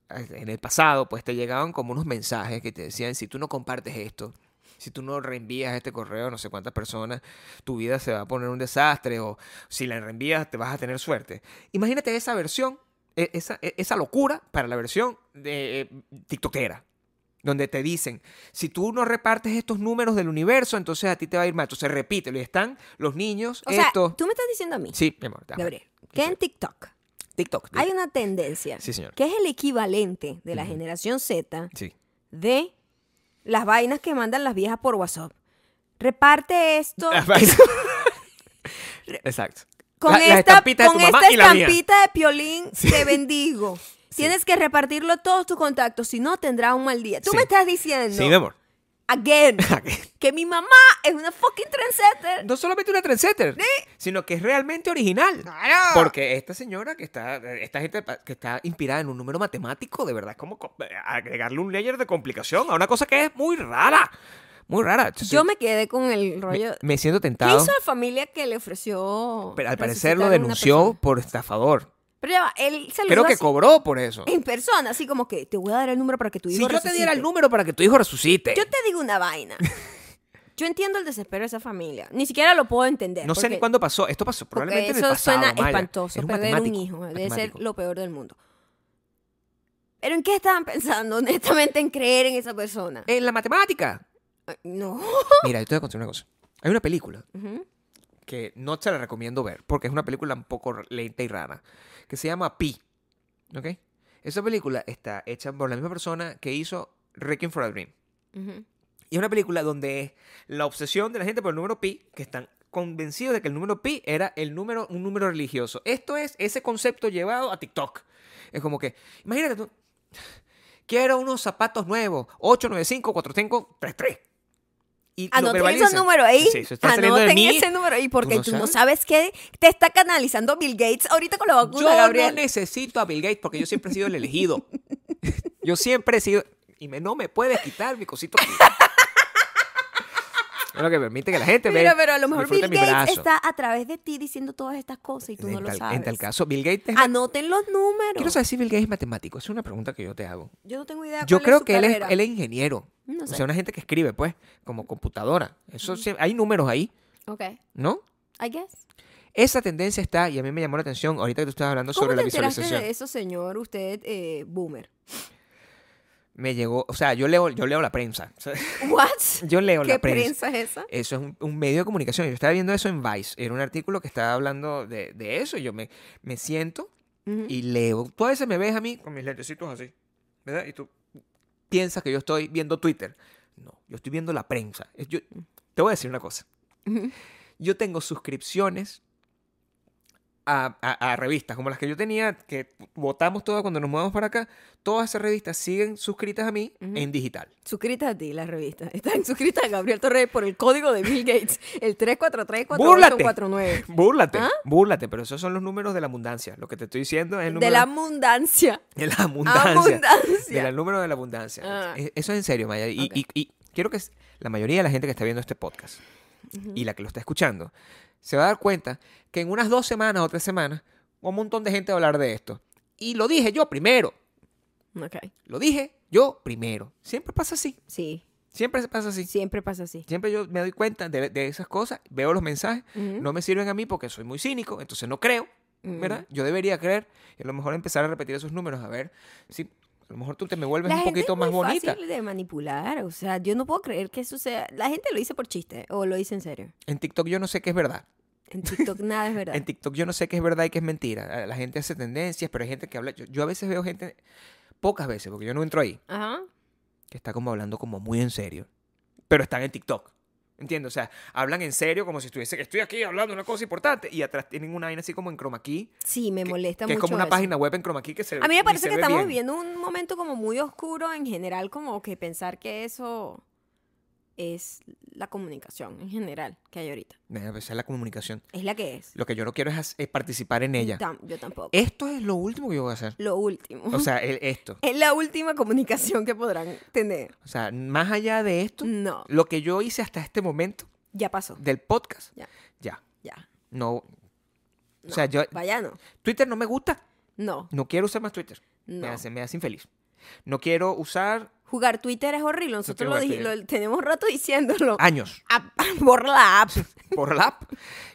en el pasado, pues te llegaban como unos mensajes que te decían, si tú no compartes esto, si tú no reenvías este correo a no sé cuántas personas, tu vida se va a poner un desastre o si la reenvías te vas a tener suerte. Imagínate esa versión, e- esa, e- esa locura para la versión de eh, TikTokera. Donde te dicen, si tú no repartes estos números del universo, entonces a ti te va a ir mal. Entonces repítelo. Y están los niños, O sea, estos. tú me estás diciendo a mí, Sí, mi amor. dame. Gabriel, que en TikTok TikTok. hay una tendencia Sí, señor. que es el equivalente de la generación Z Sí. de las vainas que mandan las viejas por WhatsApp. Reparte esto <laughs> Ah, pues. Exacto. con La- las esta, estampitas de con tu mamá esta y la mía. estampita de piolín, te bendigo. Tienes que repartirlo a todos tus contactos, si no tendrás un mal día. Tú Sí. me estás diciendo, Sí, mi amor. <laughs> again, que mi mamá es una fucking trendsetter. No solamente una trendsetter, sino que es realmente original. Claro. Porque esta señora que está, esta gente pa- que está inspirada en un número matemático, de verdad, es como co- agregarle un layer de complicación a una cosa que es muy rara. Muy rara. Entonces, Yo me quedé con el rollo. me, me siento ¿Qué tentado. hizo la familia que le ofreció? Pero al resucitar parecer a lo una denunció persona? por estafador. Pero ya va, él se lo Creo dijo que así, cobró por eso. en persona, así como que te voy a dar el número para que tu hijo Si yo te diera resucite. el número para que tu hijo resucite. Yo te digo una <laughs> vaina. Yo entiendo el desespero de esa familia. Ni siquiera lo puedo entender. No sé ni Eh, porque- cuándo pasó. Esto pasó porque probablemente en eso el pasado. suena Maya. espantoso. Era perder un matemático, hijo debe ser matemático. lo peor del mundo. ¿Pero en qué estaban <laughs> pensando, honestamente, en creer en esa persona? En la matemática. Ay, <laughs> No. Mira, yo te voy a contar una cosa. Hay una película Ujú. que no te la recomiendo ver porque es una película un poco r- lenta y rara que se llama Pi. ¿Ok? Esa película está hecha por la misma persona que hizo Requiem for a Dream. Ujú. Y es una película donde es la obsesión de la gente por el número pi, que están convencidos de que el número pi era el número, un número religioso. Esto es ese concepto llevado a TikTok. Es como que, imagínate tú, quiero unos zapatos nuevos, 8, 9, 5, 4, 5, 3, 3. Y lo Anoten Ah, verbalizan. esos números ahí. Sí, eso está saliendo de Anoten mí. ese número ahí porque no tú no sabes qué te está canalizando Bill Gates ahorita con la Yo vacuna, Gabriel. no necesito a Bill Gates porque yo siempre he sido el elegido. <laughs> yo siempre he sido... Y me- no me puedes quitar mi cosito. aquí. <laughs> es lo que permite que la gente vea. Mira, pero a lo mejor Bill disfrute mi Gates brazo. está a través de ti diciendo todas estas cosas y tú no en, lo tal, sabes. en tal caso, Bill Gates... es- Anoten los números. Quiero saber si Bill Gates es matemático. Es una pregunta que yo te hago. Yo no tengo idea. cuál Yo es creo su que él Ah, es, carrera. él es ingeniero. No sé. O sea, una gente que escribe, pues, como computadora. Eso sí, hay números ahí, Ok, ¿no? I guess. Esa tendencia está, y a mí me llamó la atención ahorita que tú estabas hablando ¿Cómo sobre te la enteraste visualización. de eso, señor? Usted, eh, boomer. <laughs> Me llegó, o sea, yo leo, yo leo la prensa. <laughs> O sea, ¿What? Yo leo ¿Qué la prensa prensa. es esa? Eso es un, un medio de comunicación. Yo estaba viendo eso en Vice. Era un artículo que estaba hablando de, de eso. y Yo me, me siento Ujú. y leo. Tú a veces me ves a mí con mis lentecitos así, ¿verdad? Y tú piensas que yo estoy viendo Twitter. No, yo estoy viendo la prensa. Es- yo- te voy a decir una cosa. Ujú. Yo tengo suscripciones a, a- a revistas como las que yo tenía, que votamos todas cuando nos mudamos para acá. Todas esas revistas siguen suscritas a mí Ujú. en digital. Suscritas a ti, la revista. <laughs> Están suscritas a Gabriel Torres por el código de Bill Gates, el 343-4849. Búrlate, ¿Ah? búrlate, pero esos son los números de la abundancia. Lo que te estoy diciendo es el número De la abundancia. de la abundancia. Abundancia. Del número de la abundancia. Ah. E- Eso es en serio, Maya. Y, Ok. y- y quiero que s- la mayoría de la gente que está viendo este podcast y la que lo está escuchando se va a dar cuenta que en unas dos semanas o tres semanas un montón de gente va a hablar de esto. Y lo dije yo primero. Ok, Lo dije yo primero. Siempre pasa así. sí. Siempre se pasa así. Siempre pasa así. Siempre yo me doy cuenta de, de esas cosas, veo los mensajes, Ujú. no me sirven a mí porque soy muy cínico, entonces no creo, ¿verdad? Yo debería creer y a lo mejor empezar a repetir esos números, a ver si a lo mejor tú te me vuelves La un gente poquito es más muy bonita. fácil de manipular, o sea, yo no puedo creer que eso sea... La gente lo dice por chiste o lo dice en serio. En TikTok yo no sé qué es verdad. En TikTok nada <laughs> es verdad. En TikTok yo no sé qué es verdad y qué es mentira. Eh, La gente hace tendencias, pero hay gente que habla. Yo, yo a veces veo gente, pocas veces, porque yo no entro ahí, Ajá. que está como hablando como muy en serio, pero están en TikTok. Entiendo, o sea, hablan en serio como si estuviese, estoy aquí hablando de una cosa importante y atrás tienen una vaina así como en chroma key, Sí, me que- molesta que es mucho como una eso. página web en chroma key que se A mí ni me se parece que ve estamos bien. viviendo un momento como muy oscuro en general, como que pensar que eso es la comunicación en general que hay ahorita. Nah, pues, esa es la comunicación. Es la que es. Lo que yo no quiero es, hac- es participar en ella. Tam- yo tampoco. Esto es lo último que yo voy a hacer. Lo último. O sea, el- esto. <laughs> es la última comunicación que podrán tener. O sea, más allá de esto, No, lo que yo hice hasta este momento ya pasó. del podcast, Ya. ya. Ya. No. O No, sea, yo. Vaya no. Twitter no me gusta. No, No quiero usar más Twitter. Me, no. hace, me hace infeliz. No quiero usar Jugar Twitter es horrible. Nosotros lo, jugar dij- Twitter. lo- tenemos rato diciéndolo. años App- <laughs> Borra la app. por la app.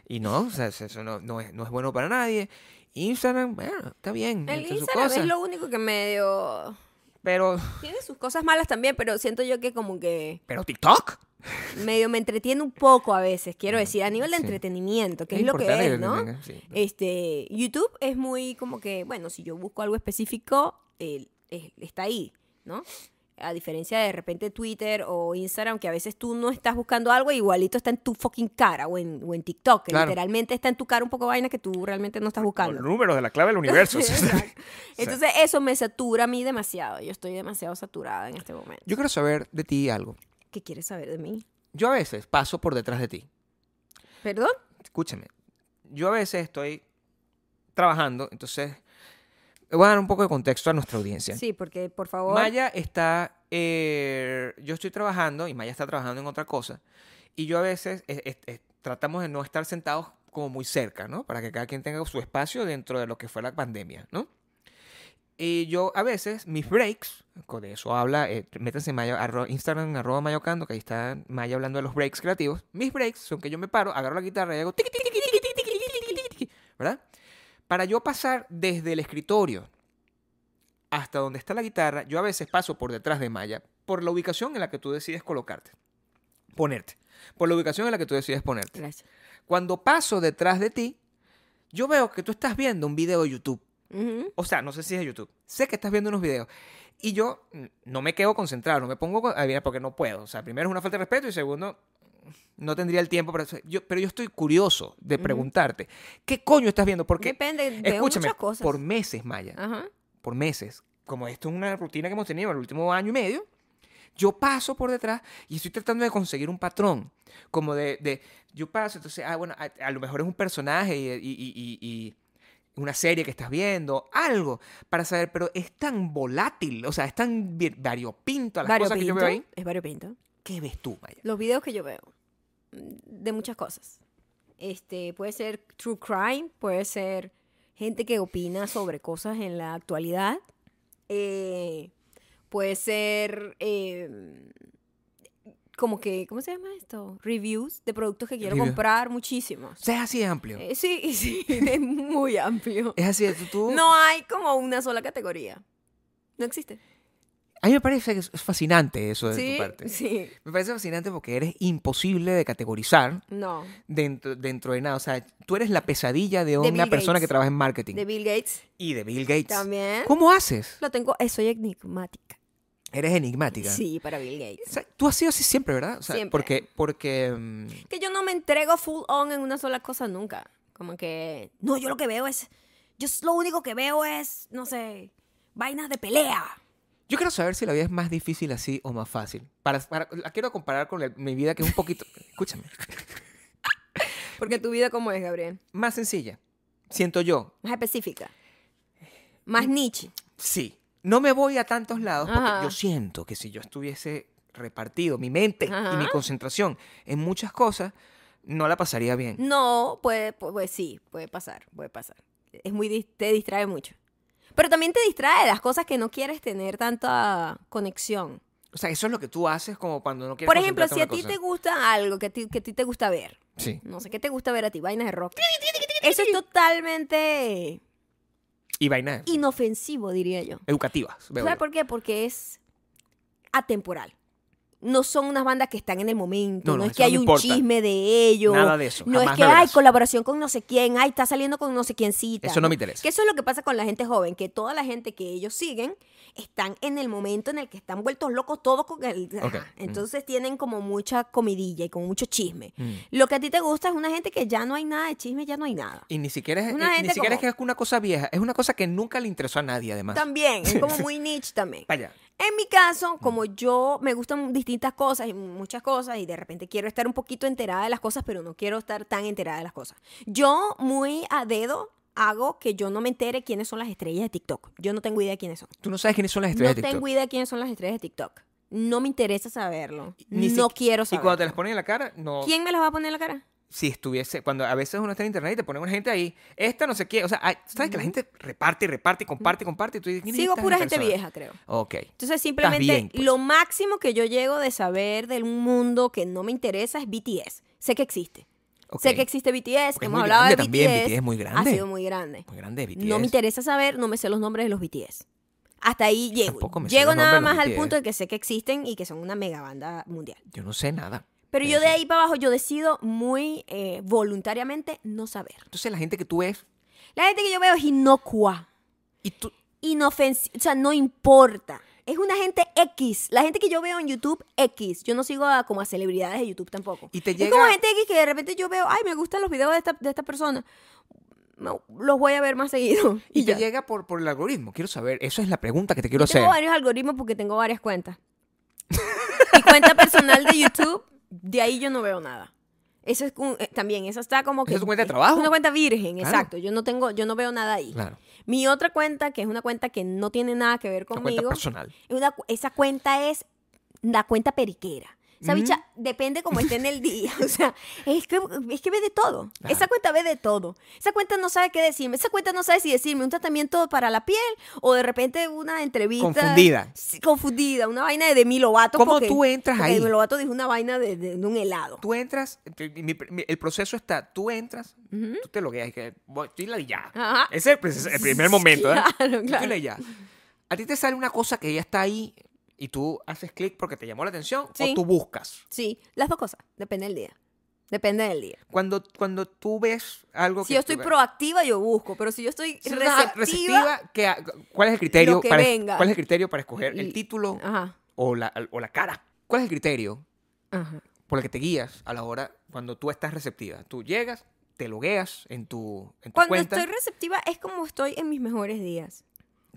Y no, o sea, eso no, no es, no es bueno para nadie. Instagram, bueno, está bien. El hizo su Instagram cosa, es lo único que medio... Pero. Tiene sus cosas malas también, pero siento yo que como que Pero TikTok. medio me entretiene un poco a veces, quiero decir, a nivel de Sí. entretenimiento, que es, lo que importante es, lo ¿no? tenga, sí. Este, YouTube es muy como que, bueno, si yo busco algo específico, eh, es- está ahí, ¿no? A diferencia de de repente Twitter o Instagram, que a veces tú no estás buscando algo, igualito está en tu fucking cara o en, o en TikTok, que Claro. literalmente está en tu cara un poco de vaina que tú realmente no estás buscando. Los números de la clave del <laughs> universo. Exacto. Entonces eso me satura a mí demasiado, yo estoy demasiado saturada en este momento. Yo quiero saber de ti algo. ¿Qué quieres saber de mí? Yo a veces paso por detrás de ti. ¿Perdón? Escúchame. Yo a veces estoy trabajando, entonces le voy a dar un poco de contexto a nuestra audiencia. Sí, porque por favor. Maya está, eh, yo estoy trabajando y Maya está trabajando en otra cosa. Y yo a veces eh, eh, eh, tratamos de no estar sentados como muy cerca, ¿no? Para que cada quien tenga su espacio dentro de lo que fue la pandemia, ¿no? Y yo a veces, mis breaks, con eso habla, eh, métanse en Maya, arro- Instagram, arroba mayocando, que ahí está Maya hablando de los breaks creativos. Mis breaks son que yo me paro, agarro la guitarra y hago tiqui, tiqui, tiqui, tiqui, tiqui, tiqui, tiqui, tiqui, tiqui, ¿verdad? Para yo pasar desde el escritorio hasta donde está la guitarra, yo a veces paso por detrás de Maya, por la ubicación en la que tú decides colocarte, ponerte, por la ubicación en la que tú decides ponerte. Gracias. Cuando paso detrás de ti, yo veo que tú estás viendo un video de YouTube. Ujú. O sea, no sé si es de YouTube. Sé que estás viendo unos videos. Y yo mm, no me quedo concentrado, no me pongo con- a ver, porque no puedo. O sea, primero es una falta de respeto y segundo, no tendría el tiempo para eso. Yo, pero yo estoy curioso de Ujú. preguntarte, ¿qué coño estás viendo? Porque, Depende, veo escúchame, muchas cosas. Ah. por meses, Maya, Ajá. por meses, como esto es una rutina que hemos tenido el último año y medio, yo paso por detrás y estoy tratando de conseguir un patrón. Como de, de- yo paso, entonces, ah, bueno, a, a lo mejor es un personaje y, y- y- y- y una serie que estás viendo, algo, para saber, pero es tan volátil, o sea, es tan vi- variopinto a las cosas que yo veo ahí. Es variopinto. ¿Qué ves tú, Maya? Los videos que yo veo. mm, De muchas cosas. Este, puede ser true crime, puede ser gente que opina sobre cosas en la actualidad. eh, puede ser eh, como que, ¿cómo se llama esto? Reviews de productos que quiero Review. comprar muchísimos. O sea, es así de amplio. Eh, sí, <laughs> sí, es muy amplio. Es así de tú. tú- No hay como una sola categoría. No existe. A mí me parece que es es fascinante eso de sí, tu parte. sí. Me parece fascinante porque eres imposible de categorizar. No. dentro, dentro de nada. O sea, tú eres la pesadilla de, Bill una persona Gates. que trabaja en marketing. De Bill Gates Y de Bill Gates. también. ¿Cómo haces? Lo tengo, eh, soy enigmática. Eres enigmática. Sí, para Bill Gates. O sea, tú has sido así siempre, ¿verdad? O sea, Siempre. Porque, porque mm, Que yo no me entrego full on en una sola cosa nunca. Como que, no, yo lo que veo es, yo s- lo único que veo es, no sé, vainas de pelea. yo quiero saber si la vida es más difícil así o más fácil. Para, para- la quiero comparar con la- mi vida que es un poquito, <laughs> escúchame, Porque tu vida cómo es, Gabriel? más sencilla. Siento yo, Más específica. Más niche. sí. No me voy a tantos lados porque Ajá. yo siento que si yo estuviese repartido mi mente y mi Ajá. concentración en muchas cosas, no la pasaría bien. No, puede, pu- pues sí, puede pasar, puede pasar. Es muy, dis- te distrae mucho. Pero también te distrae de las cosas que no quieres tener tanta conexión. O sea, eso es lo que tú haces como cuando no quieres Por ejemplo, si a concentrarte ti te en una gusta algo que a ti, que a ti te gusta ver, cosa. Sí. no sé qué te gusta ver a ti, vainas de rock. Eso es totalmente Y vainas inofensivo, diría yo. educativas. veo ¿Sabes yo. por qué? Porque es atemporal. No son unas bandas que están en el momento. No, No, no, es eso que no hay un importa. chisme de ellos. Nada de eso, No jamás es que me hay verás". colaboración con no sé quién. Ay, está saliendo con no sé quién cita. Eso no me interesa. Que eso es lo que pasa con la gente joven, que toda la gente que ellos siguen están en el momento en el que están vueltos locos todos con el. ajá. Ok, mm. Entonces tienen como mucha comidilla y con mucho chisme. Mm. Lo que a ti te gusta es una gente que ya no hay nada de chisme, ya no hay nada. Y ni siquiera, es, Una eh, ni gente siquiera es que como- es una cosa vieja. Es una cosa que nunca le interesó a nadie, además. También, es como muy niche también. Vaya. En mi caso, Mm. como yo me gustan distintas cosas y muchas cosas y de repente quiero estar un poquito enterada de las cosas, pero no quiero estar tan enterada de las cosas. Yo muy a dedo hago que yo no me entere quiénes son las estrellas de TikTok. Yo no tengo idea de quiénes son. Tú no sabes quiénes son No las estrellas de TikTok. tengo idea de quiénes son las estrellas de TikTok. No me interesa saberlo. Ni no siqui- quiero Y cuando te saberlo. las ponen en la cara, no. ¿Quién me las va a poner en la cara? Si estuviese. Cuando a veces uno está en internet y te ponen una gente ahí. Esta no sé qué. O sea, hay- ¿sabes que la gente reparte y reparte y comparte y comparte? Y tú dices, ¿quién es Sigo esta pura gente persona? vieja, creo. Ok. Entonces simplemente bien, pues. lo máximo que yo llego de saber de un mundo que no me interesa es BTS. Sé que existe. ok. Sé que existe BTS, Porque es que hemos muy hablado de grande también, BTS. BTS es muy Ha grande. Pues sido muy grande. Muy grande BTS. No me interesa saber, no me sé los nombres de los BTS. Hasta ahí llego. tampoco me sé Llego los nada nombres de los más al BTS. punto de que sé que existen y que son una mega banda mundial. Yo no sé nada. Pero de yo de eso. ahí para abajo, yo decido muy eh, voluntariamente no saber. Entonces la gente que tú ves. La gente que yo veo es inocua, Y tú, inofensiva, o sea, no importa. Es una gente X. La gente que yo veo en YouTube, X. Yo no sigo a, como a celebridades de YouTube tampoco. Y te Es como llega- gente X que de repente yo veo, ay, me gustan los videos de esta, de esta persona. No, los voy a ver más seguido. <laughs> Y, Y, te ya. llega por, por el algoritmo. Quiero saber. Eso es la pregunta que te quiero hacer. Tengo varios algoritmos porque tengo varias cuentas. Mi cuenta personal de YouTube, de ahí yo no veo nada. Eso es un- eh, también, esa está como que ¿Esa es tu cuenta de trabajo? Una cuenta virgen, Claro. exacto. Yo no tengo, yo no veo nada ahí. Claro. Mi otra cuenta, que es una cuenta que no tiene nada que ver Una cuenta conmigo, personal. es una cu- esa cuenta es la cuenta periquera. Esa Mm. bicha depende cómo esté en <laughs> el día. O sea, es que, es que ve de todo. Claro. Esa cuenta ve de todo. Esa cuenta no sabe qué decirme. Esa cuenta no sabe si decirme un tratamiento para la piel o de repente una entrevista. Confundida. Sí, confundida. Una vaina de Demi Lovato. ¿Cómo porque- tú entras porque ahí? Demi Lovato dijo una vaina de, de- de un helado. Tú entras. te- mi- mi- el proceso está. Tú entras. Tú te logueas. y que voy- estoy ladillada. Ajá. Ese es el proceso- <laughs> el, primer momento. ¿eh? Ah, Claro, claro. Estoy ladillada. A ti te sale una cosa que ya está ahí y tú haces clic porque te llamó la atención Sí. o tú buscas. Sí, las dos cosas. Depende del día. Depende del día. Cuando, cuando tú ves algo Si que yo estoy proactiva, yo busco, pero si yo estoy Si tú receptiva, estás receptiva, ¿qué ha- ¿cuál es el criterio? lo que para, venga. ¿Cuál es el criterio para escoger Y- ah. el título Ajá, o la, o la cara? ¿Cuál es el criterio ajá. por el que te guías a la hora cuando tú estás receptiva? Tú llegas, te logueas en tu, en tu Cuando cuenta. estoy receptiva es como estoy en mis mejores días.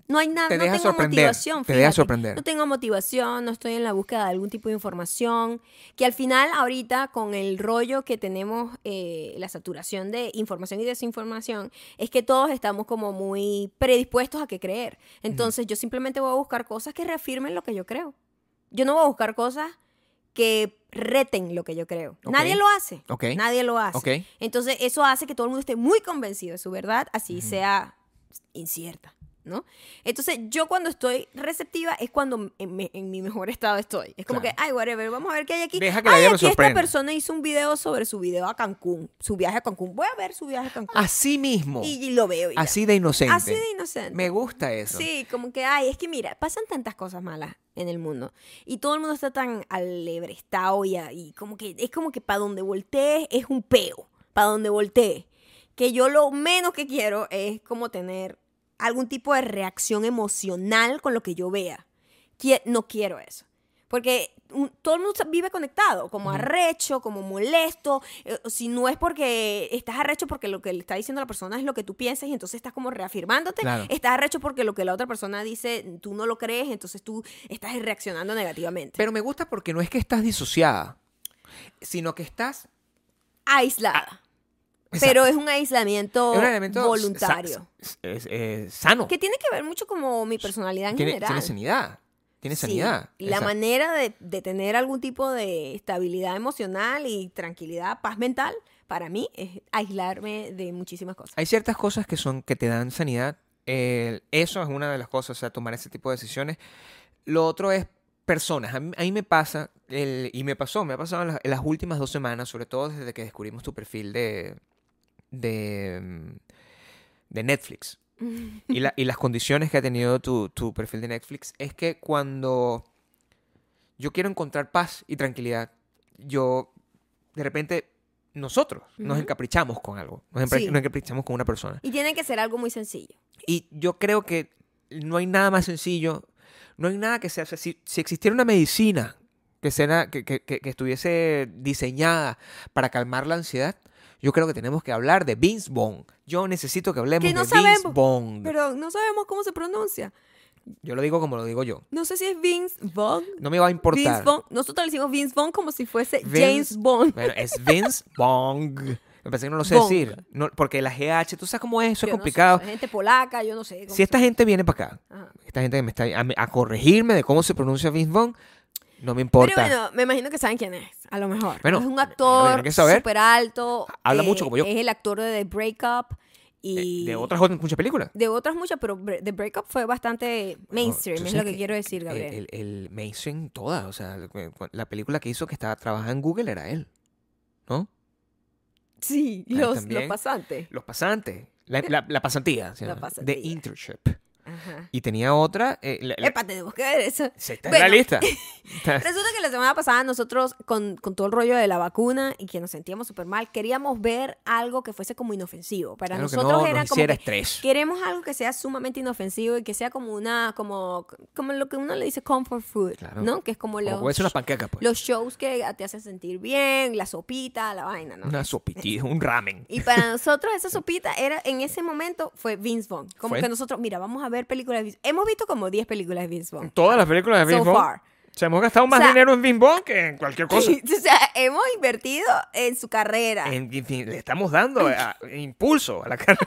No hay nada, Te no dejas tengo sorprender, motivación. te dejas fíjate. sorprender. No tengo motivación, no estoy en la búsqueda de algún tipo de información. Que al final, ahorita, con el rollo que tenemos, eh, la saturación de información y desinformación, es que todos estamos como muy predispuestos a que creer. Entonces, yo simplemente voy a buscar cosas que reafirmen lo que yo creo. Yo no voy a buscar cosas que reten lo que yo creo. Ok. Nadie lo hace. Ok. Nadie lo hace. Ok. Entonces, eso hace que todo el mundo esté muy convencido de su verdad, así sea incierta, ¿no? Entonces, yo cuando estoy receptiva es cuando en, me- en mi mejor estado estoy. Es como Claro. que, ay, whatever, vamos a ver qué hay aquí. Deja que la ay, vida lo aquí esta sorprenda. persona hizo un video sobre su video a Cancún, su viaje a Cancún. Voy a ver su viaje a Cancún. Así mismo. Y, y lo veo. y ya. Así de inocente. Así de inocente. Me gusta eso. Sí, como que, ay, es que mira, pasan tantas cosas malas en el mundo y todo el mundo está tan alebrestado y, a- y como que es como que para donde voltees es un peo, para donde voltees. Que yo lo menos que quiero es como tener algún tipo de reacción emocional con lo que yo vea. Qui- no quiero eso. Porque un- todo el mundo está- vive conectado, como arrecho, como molesto. eh, si no es porque estás arrecho porque lo que le está diciendo la persona es lo que tú piensas y entonces estás como reafirmándote. Claro. Estás arrecho porque lo que la otra persona dice tú no lo crees, entonces tú estás reaccionando negativamente. Pero me gusta porque no es que estás disociada, sino que estás Aislada. ah, Exacto. Pero es un aislamiento Es un elemento voluntario. sa- sa- es- eh, sano. Que tiene que ver mucho como mi personalidad en Tiene, general. tiene sanidad. Tiene Sí, sanidad. y la Exacto. manera de, de tener algún tipo de estabilidad emocional y tranquilidad, paz mental, para mí es aislarme de muchísimas cosas. Hay ciertas cosas que son que te dan sanidad. eh, eso es una de las cosas, o sea, tomar ese tipo de decisiones. Lo otro es personas. A mí, a mí me pasa, el- y me pasó, me ha pasado en las, en las últimas dos semanas, sobre todo desde que descubrimos tu perfil de, de, mm, de Netflix. y, la- y las condiciones que ha tenido tu, tu perfil de Netflix es que cuando yo quiero encontrar paz y tranquilidad, yo de repente nosotros nos Ujú. encaprichamos con algo, nos, empre- Sí. nos encaprichamos con una persona. Y tiene que ser algo muy sencillo. Y yo creo que no hay nada más sencillo, no hay nada que sea, o sea, si, si existiera una medicina que, sea, que, que- que- que estuviese diseñada para calmar la ansiedad, yo creo que tenemos que hablar de Vince Bond. Yo necesito que hablemos Que no de Vince sabemos, Bond. Pero no sabemos cómo se pronuncia. Yo lo digo como lo digo yo. No sé si es Vince Vaughn. No me va a importar. Vince Vaughn. Nosotros le decimos Vince Vaughn como si fuese Vince- James Bond. Bueno, es <laughs> Vince Bong. Me parece que no lo sé Bong. decir. No, porque la GH, tú sabes cómo es, eso Yo es no sé, complicado. son gente polaca, yo no sé. cómo si esta son. gente viene para acá, Ajá. esta gente que me está a, a corregirme de cómo se pronuncia Vince Bond, no me importa. Pero bueno, me imagino que saben quién es, a lo mejor. Bueno, es un me imagino actor que hay que saber. súper alto. Habla mucho como yo. Es el actor de The Breakup y... Eh, de otras otras muchas películas. De otras muchas, pero Bre- The Breakup fue bastante mainstream, Oh, tú es lo sabes que, que quiero decir, El, Gabriel. el, el mainstream toda, o sea, la- la película que hizo que estaba trabajando en Google era él, ¿no? sí, Ah, los, los también. pasantes. Los pasantes, la, la- la pasantía, se La llama, pasantía. de internship. Ajá. Y tenía otra, eh, la- la- Epa, tenemos que ver eso. se está en Bueno. <laughs> la lista. Está- Resulta que la semana pasada nosotros, con, con todo el rollo de la vacuna y que nos sentíamos súper mal, queríamos ver algo que fuese como inofensivo. Para Claro que nosotros no, era nos como hiciera que estrés. queremos algo que sea sumamente inofensivo y que sea como una, como, como lo que uno le dice comfort food, Claro. ¿no? Que es como, Como los, comerse una panqueca, pues. los shows que te hacen sentir bien, la sopita, la vaina, ¿no? Una sopitilla, <laughs> un ramen. Y <laughs> para nosotros esa sopita era en ese momento fue Vince Vaughn. Como Fue. que nosotros, mira, vamos a ver películas de Vince. Hemos visto como 10 películas de Vince Vaughn. Todas las películas de So Bing Bong, far. Se hemos gastado más O sea- dinero en Bing Bong que <laughs> en cualquier cosa. o sea, hemos invertido en su carrera. En, en fin, le estamos dando a- impulso a la <laughs> cara.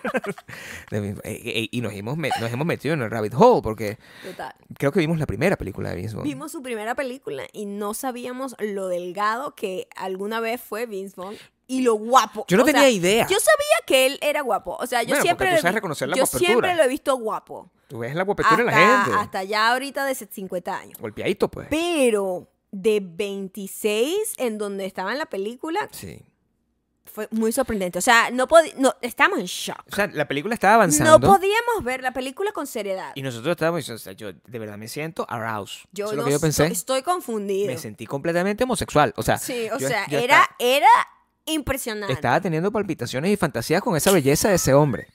de Bing Bong. Eh, eh, y nos hemos, met- nos hemos metido en el rabbit hole porque Total. creo que vimos la primera película de Bing Bong. Vimos su primera película y no sabíamos lo delgado que alguna vez fue Vince Vaughn y lo guapo. Yo no O sea, tenía idea. Yo sabía que él era guapo. O sea, yo Bueno, porque siempre tú lo he sabes vi- reconocer la Yo guapertura. siempre lo he visto guapo. Tú ves la guapetura Hasta, en la gente. hasta ya ahorita de 50 años. Golpeadito, pues. Pero de 26 en donde estaba en la película Sí. fue muy sorprendente. O sea, no podíamos, no, estamos en shock. O sea, la película estaba No avanzando. podíamos ver la película con seriedad. y nosotros estábamos diciendo, o sea, yo de verdad me siento aroused. Yo Eso es lo no que yo estoy, pensé. estoy confundido. Me sentí completamente homosexual. O sea, Sí, o yo- sea, yo era, estaba- era impresionante. Estaba teniendo palpitaciones y fantasías con esa belleza de ese hombre.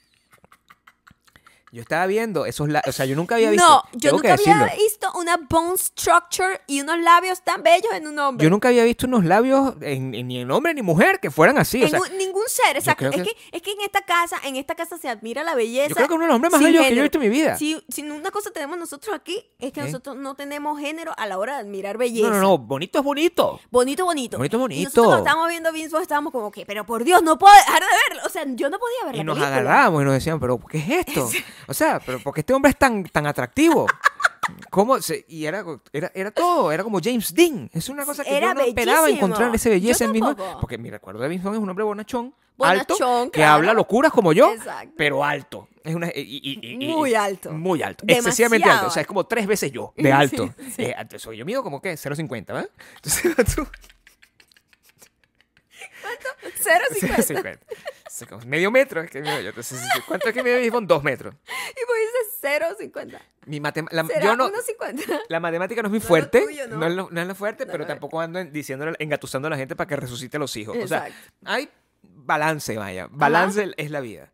Yo estaba viendo esos labios. O sea, yo nunca había visto. No, yo tengo que nunca había decirlo. visto una bone structure y unos labios tan bellos en un hombre. Yo nunca había visto unos labios en- en- ni en hombre ni mujer que fueran así. O En sea, un- ningún ser, exacto. creo Es que- que, es que en esta casa, en esta casa se admira la belleza. Yo creo que uno de los hombres más sin bellos que yo he género. visto en mi vida. Si, si una cosa tenemos nosotros aquí, es que ¿Sí? nosotros no tenemos género a la hora de admirar belleza. no, no, no. Bonito es bonito. Bonito, bonito. Bonito, Y nosotros cuando bonito. estábamos viendo Vince Vaughn, estábamos como que, pero por Dios, no puedo dejar de verlo. O sea, yo no podía verlo. Y nos agarrábamos y nos decían, pero ¿qué es <laughs> esto? O sea, pero ¿por qué este hombre es tan, tan atractivo? ¿Cómo se- y era, era, era todo, era como James Dean. Es una cosa que Era yo no esperaba bellísimo. encontrar esa belleza Yo en mismo. tampoco. Porque mi recuerdo de James Dean es un hombre bonachón, alto, Bonachón, que claro. habla locuras como yo, Exacto. pero alto. Es una, y- y- y- y- Muy y- alto. Muy alto. Demasiado Excesivamente alto. O sea, es alto. como tres <laughs> veces yo, de alto. Eh, entonces, yo mido como que 0,50, ¿verdad? Entonces <laughs> tú- <laughs> <laughs> Cero cincuenta. 0,50. Es como Medio metro es que mido yo. Entonces, ¿cuánto es que mide James Bond? Dos metros. Y vos dices cero cincuenta. Mi matem- la- ¿Será yo no, uno cincuenta? la matemática no es muy No es lo fuerte, tuyo, ¿no? no es lo, no es lo fuerte, No, pero no es. tampoco ando en- diciéndole, engatusando a la gente para que resucite a los hijos. O sea, Exacto. hay balance, vaya. Balance es la vida.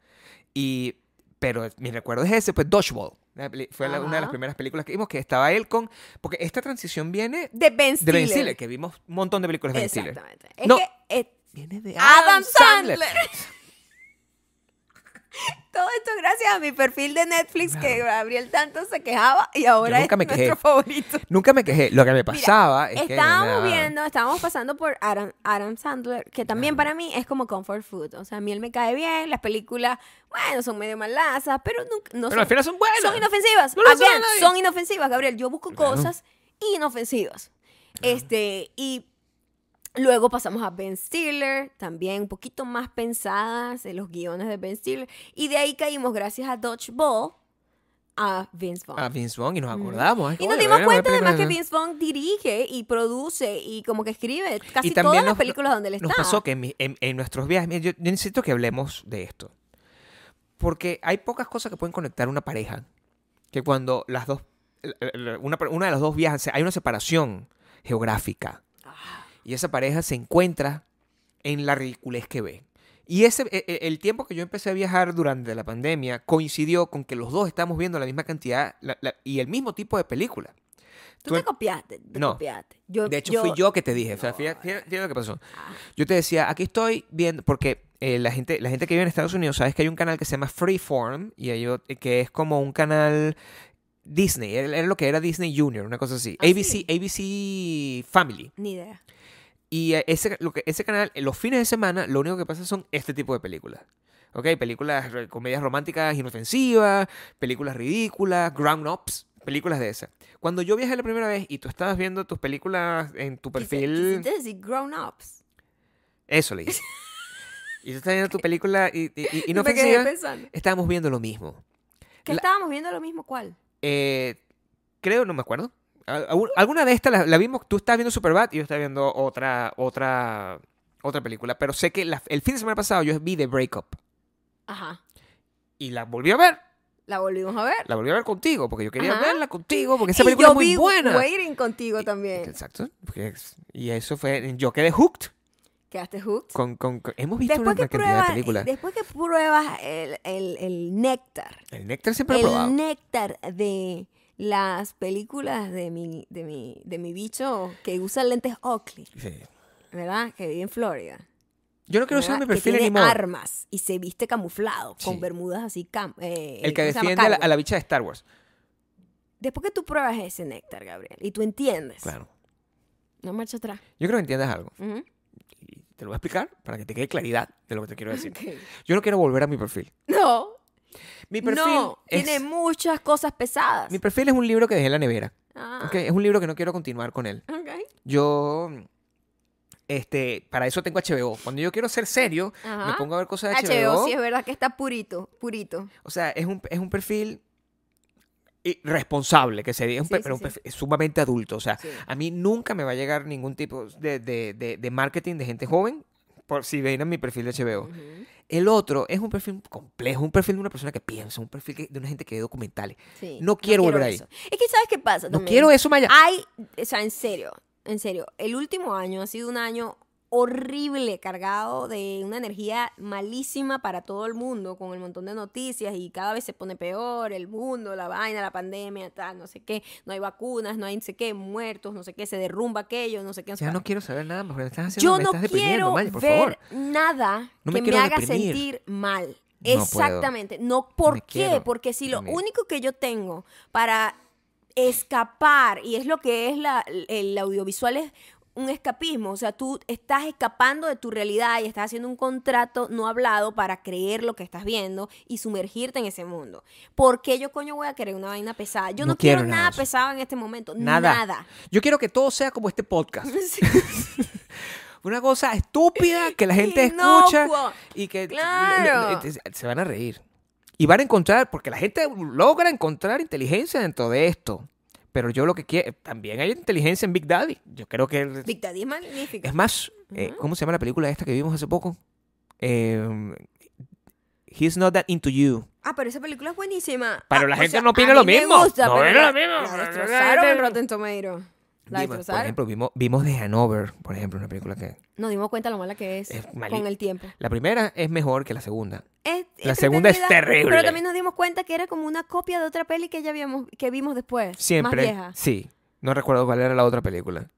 Y, pero mi recuerdo es ese, pues Dodgeball. La peli- Fue la- una de las Ajá. primeras películas que vimos que estaba él con... Porque esta transición viene De Ben Stiller. de Ben Stiller, que vimos un montón de películas de Ben Stiller. Exactamente. Es No. que eh, Viene de Adam Sandler. <laughs> Todo esto gracias a mi perfil de Netflix que Gabriel tanto se quejaba y ahora nunca es me quejé. nuestro favorito. Nunca me quejé. Lo que me pasaba es que... estábamos nada, viendo, estábamos pasando por Adam, Adam Sandler, que también para mí es como comfort food. O sea, a mí él me cae bien, las películas, bueno, son medio malazas, pero nunca, no Pero al son, final son buenas. son inofensivas. No lo sabe Again, nadie. son inofensivas, Gabriel. Yo busco cosas inofensivas. Este, y luego pasamos a Ben Stiller, también un poquito más pensadas en los guiones de Ben Stiller. Y de ahí caímos, gracias a Dodgeball, a Vince Vaughn. A Vince Vaughn y nos acordamos. Y nos dimos cuenta además que Vince Vaughn dirige y produce y como que escribe casi todas las nos- películas donde él está. Nos pasó que en, mi- en- en nuestros viajes, mira, yo, yo necesito que hablemos de esto. Porque hay pocas cosas que pueden conectar una pareja. Que cuando las dos, l- l- una, una de las dos viajan, se- hay una separación geográfica. Y esa pareja se encuentra en la ridiculez que ve. Y ese, e- e- el tiempo que yo empecé a viajar durante la pandemia coincidió con que los dos estábamos viendo la misma cantidad la- la- y el mismo tipo de película. Tú, tú- te copiaste, te No. copiaste. Yo- De hecho, fui yo que te dije. O sea, fíjate, fíjate- fíjate lo que pasó. Yo te decía, aquí estoy viendo, porque eh, la, gente, la gente que vive en Estados Unidos, sabes que hay un canal que se llama Freeform, y hay ot- que es como un canal Disney, era era lo que era Disney Junior, una cosa así. Ah, ABC, sí. ABC Family. Ni idea. Y eh, ese, lo que, ese canal, eh, los fines de semana, lo único que pasa son este tipo de películas. ¿Ok? Películas, eh, comedias románticas inofensivas, películas ridículas, ground ups, películas de esas. Cuando yo viajé la primera vez y tú estabas viendo tus películas en tu Quise- perfil... Quisiste decir grown ups. Eso le <laughs> hice. y tú estás viendo tu película y, y- y- Y me quedé inofensiva. pensando. Estábamos viendo lo mismo. Que La- estábamos viendo lo mismo, ¿cuál? Eh, creo, no me acuerdo. Al- algún- Alguna de estas la, la vimos, tú estabas viendo Superbad y yo estaba viendo otra, otra, otra película. Pero sé que la- el fin de semana pasado yo vi The Breakup. Ajá. Y la volví a ver. La volvimos a ver. La volví a ver contigo, porque yo quería Ajá. verla contigo, porque Y esa película yo es muy vi buena. Waiting contigo también. Exacto. porque es- Y eso fue. Yo quedé hooked. Quedaste hooked. Con, con- con- hemos visto Después una que, cantidad de pruebas, películas. después que pruebas el, el, el néctar, El néctar siempre lo he el probado. néctar de las películas de mi, de mi, de mi bicho que usa lentes Oakley, Sí. ¿verdad? Que vive en Florida. Yo no quiero usar ¿verdad? mi que perfil tiene anymore. armas y se viste camuflado Sí. con bermudas así. cam- eh, El que ¿cómo se llama? defiende a la, Cargo. a la bicha de Star Wars. Después que tú pruebas ese néctar, Gabriel, y tú entiendes. No marcha atrás. Yo creo que entiendas algo. Ujú. Y te lo voy a explicar para que te quede claridad de lo que te quiero decir. Ok. Yo no quiero volver a mi perfil. <laughs> No, Mi perfil, no. es, Tiene muchas cosas pesadas. mi perfil es un libro que dejé en la nevera. Ah, ¿ok? Es un libro que no quiero continuar con él. ok. Yo, este, para eso tengo HBO. Cuando yo quiero ser serio, me Ajá. pongo a ver cosas de HBO, HBO. sí es verdad que está purito, purito. O sea, es un, es un perfil i- responsable, que sería un, Sí, pe- sí, pero un sí. perfil sumamente adulto. O sea, Sí. a mí nunca me va a llegar ningún tipo de, de- de- de marketing de gente joven por si ven a mi perfil de HBO. Ujú, El otro es un perfil complejo, un perfil de una persona que piensa, un perfil que- de una gente que ve documentales. sí. No quiero volver ahí. eso. Es que sabes qué pasa. No también? Ah, quiero eso, Maya. Hay, o sea, en serio, en serio, el último año ha sido un año horrible, cargado de una energía malísima para todo el mundo, con el montón de noticias y cada vez se pone peor el mundo, la vaina, la pandemia, tal, no sé qué, no hay vacunas, no hay no sé qué, muertos, no sé qué, se derrumba aquello, no sé qué. sé Ya cuál. no quiero saber nada más, porque me estás haciendo, Yo me no estás quiero deprimiendo, Maya, por ver favor. nada No me que me, quiero haga deprimir. sentir mal. puedo. Exactamente. No, ¿por Me qué? quiero Porque si lo deprimir. único que yo tengo para escapar, y es lo que es la, el audiovisual, es un escapismo. O sea, tú estás escapando de tu realidad y estás haciendo un contrato no hablado para creer lo que estás viendo y sumergirte en ese mundo. ¿Por qué yo coño voy a querer una vaina pesada? Yo no, quiero, nada, de eso. pesado en este momento. Nada. Nada. <laughs> Yo quiero que todo sea como este podcast. Sí. Una cosa <laughs> estúpida que la gente Inocuo. escucha y que Claro. le- le- le- se van a reír. Y van a encontrar, porque la gente logra encontrar inteligencia dentro de esto. Pero yo lo que quiero, también hay inteligencia en Big Daddy. Yo creo que... Dictadía es magnífica. Es más, eh, Ujú. ¿cómo se llama la película esta que vimos hace poco? Eh, He's not that into you. Ah, pero esa película es buenísima. Pero Ah, la o gente sea, no opina a lo mí me mismo. gusta, No pero opina la- lo mismo. La destrozaron en Vimos, Rotten Tomatoes. La Vimos, por destrozaron. ejemplo, vimos, vimos The Hanover, por ejemplo, una película que... Nos dimos cuenta lo mala que es, Es mali- con el tiempo. La primera es mejor que la segunda. Es La segunda es entretenida, terrible. Pero también nos dimos cuenta que era como una copia de otra peli que ya habíamos, que vimos después. Más Siempre. <laughs> vieja. Sí. No recuerdo cuál era la otra película.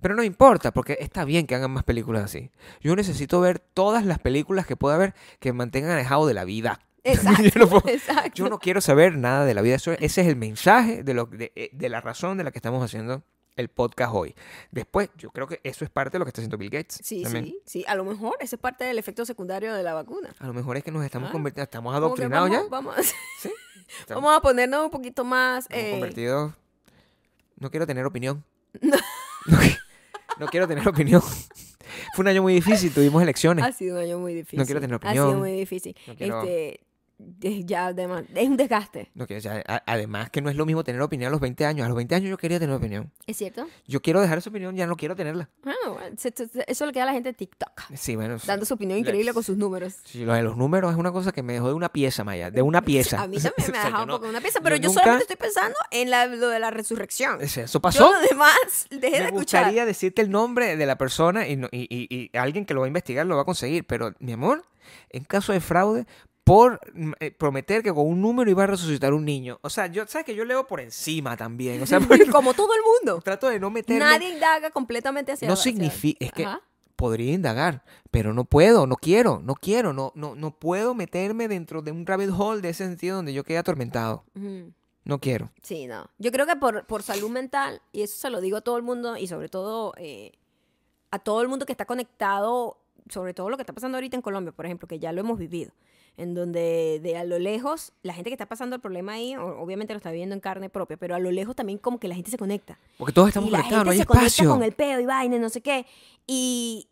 Pero no importa, porque está bien que hagan más películas así. Yo necesito ver todas las películas que pueda ver que mantengan alejado de la vida. <laughs> Exacto. Yo no <laughs> puedo- exacto. Yo no quiero saber nada de la vida. Eso- ese es el mensaje de, lo, de, eh, de la razón de la que estamos haciendo el podcast hoy. Después, yo creo que eso es parte de lo que está haciendo Bill Gates. Sí, también. sí, sí. A lo mejor ese es parte del efecto secundario de la vacuna. A lo mejor es que nos estamos Claro. convirtiendo, estamos Como que adoctrinados ya. <laughs> vamos, Vamos, Sí. Estamos, vamos a ponernos un poquito más. estamos eh, convertidos. No quiero tener opinión. <laughs> No, qui- no quiero tener opinión. <laughs> Fue un año muy difícil, tuvimos elecciones. Ha sido un año muy difícil. quiero tener Ha opinión. sido muy difícil. No quiero- Este, de- ya además, es un desgaste. No quiero- o sea, a- además que no es lo mismo tener opinión a los 20 años. A los 20 años yo quería tener opinión. ¿Es cierto? Yo quiero dejar esa opinión, ya no quiero tenerla. Ah, bueno, se- se- se- eso le queda a la gente de TikTok. Sí, bueno. sí. Ah, Dando su opinión increíble con sus números. Sí, lo de los números es una cosa que me dejó de una pieza, Maya. De una pieza. A mí <laughs> también me O ha sea, dejado yo un no- poco una pieza, pero yo, yo nunca- solamente estoy pensando en la- lo de la resurrección. o sea, Eso Yo pasó. lo <laughs> demás dejé de Me escuchar. <laughs> gustaría decirte el nombre de la persona y, no- y- y- y alguien que lo va a investigar lo va a conseguir. Pero, mi amor, en caso de fraude, por mm, eh, prometer que con un número iba a resucitar un niño. O sea, yo, ¿sabes que Yo leo por encima también. <laughs> O sea, porque Como todo el mundo. <laughs> trato de no meterme. Nadie indaga completamente hacia no hacia- significa. Es que Ajá. podría indagar, pero no puedo, no quiero, no quiero, no, no, no puedo meterme dentro de un rabbit hole de ese sentido donde yo quedé atormentado. Ujú. No quiero. Sí, no. Yo creo que por, por salud mental, y eso se lo digo a todo el mundo, y sobre todo eh, a todo el mundo que está conectado, sobre todo lo que está pasando ahorita en Colombia, por ejemplo, que ya lo hemos vivido, en donde de a lo lejos, la gente que está pasando el problema ahí, o- obviamente lo está viviendo en carne propia, pero a lo lejos también como que la gente se conecta. Porque todos estamos y la gente conectados, no hay se espacio. conecta con el peo y vaina, y no sé qué. Y,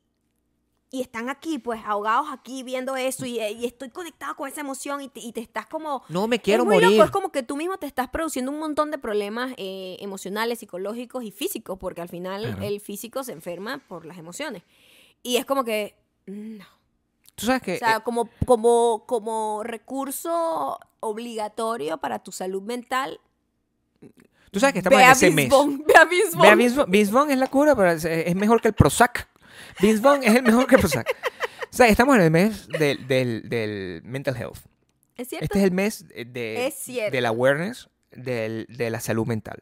y están aquí, pues, ahogados aquí viendo eso, y, eh, y estoy conectado con esa emoción, y te- y te estás como No me quiero es muy morir. loco, es como que tú mismo te estás produciendo un montón de problemas eh, emocionales, psicológicos y físicos, porque al final Claro. el físico se enferma por las emociones. Y es como que, mm, no. Tú sabes que O sea, eh, como, como, como recurso obligatorio para tu salud mental, tú sabes que estamos ve en a ese mes. Bisbón, ve a Bisbón. Ve a Vince Vaughn. Vince Vaughn es la cura, pero es, es mejor que el Prozac. Vince Vaughn es el mejor que <laughs> el Prozac. O sea, estamos en el mes del, del, del mental health. ¿Es cierto? Este es el mes eh, de, Es cierto. del awareness del- de la salud mental.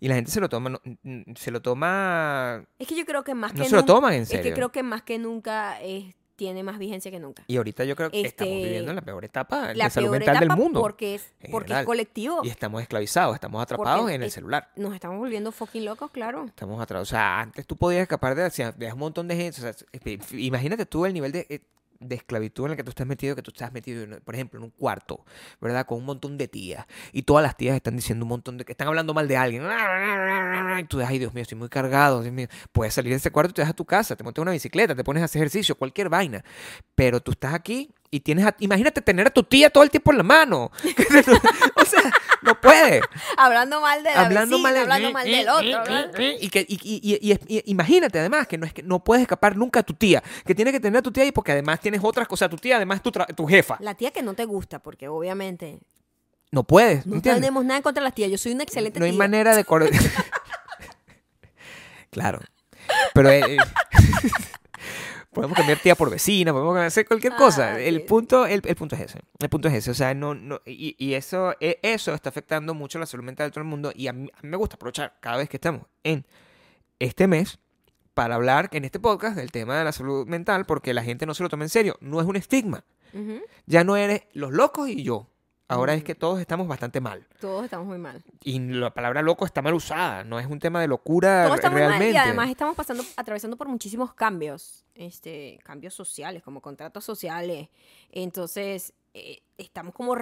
Y la gente se lo toma, no- mm, se lo toma, Es que yo creo que más no que se lo nunca, toman en es serio. que creo que más que nunca eh, tiene más vigencia que nunca. Y ahorita yo creo que estamos Este, viviendo la peor etapa La de salud peor mental del etapa mundo. porque es, en porque es general. colectivo. Y estamos esclavizados, estamos atrapados en el es- celular. Nos estamos volviendo fucking locos, claro. Estamos atrás. O sea, antes tú podías escapar de, o sea, de un montón de gente. O sea, eh, imagínate tú el nivel de, eh, de esclavitud en la que tú estás metido, que tú estás metido, en, por ejemplo, en un cuarto, ¿verdad? Con un montón de tías. Y todas las tías están diciendo un montón de... que están hablando mal de alguien. Y tú, ay, Dios mío, estoy muy cargado. Dios mío. Puedes salir de ese cuarto y te vas a tu casa, te montas en una bicicleta, te pones a hacer ejercicio, cualquier vaina. Pero tú estás aquí y tienes... a- imagínate tener a tu tía todo el tiempo en la mano. <laughs> o sea, no puedes Hablando mal de la hablando vecina, mal, de- eh, hablando mal del otro. hablando- Y que, y, y- y- y- y- imagínate además que no es que no puedes escapar nunca a tu tía, que tienes que tener a tu tía y porque además tienes otras cosas, tu tía además es tu, tra- tu jefa. La tía que no te gusta, porque obviamente No puedes, no ¿entiendes? tenemos nada en contra de las tías. Yo soy una excelente No hay tía. manera de <laughs> cor- claro. Pero eh, eh, <laughs> podemos cambiar tía por vecina, podemos cambiar- hacer cualquier cosa. Ah, el, sí. punto, el, el punto es ese. El punto es ese. O sea, no, no, y, y eso, e- eso está afectando mucho la salud mental de todo el mundo. Y a mí, a mí me gusta aprovechar cada vez que estamos en este mes para hablar en este podcast del tema de la salud mental, porque la gente no se lo toma en serio. No es un estigma. Ujú. Ya no eres los locos y yo. Ahora Mm. es que todos estamos bastante mal. Todos estamos muy mal. Y la palabra loco está mal usada. No es un tema de locura Todos estamos realmente. mal y además estamos pasando, atravesando por muchísimos cambios, este, cambios sociales, como contratos sociales. Entonces, eh, estamos como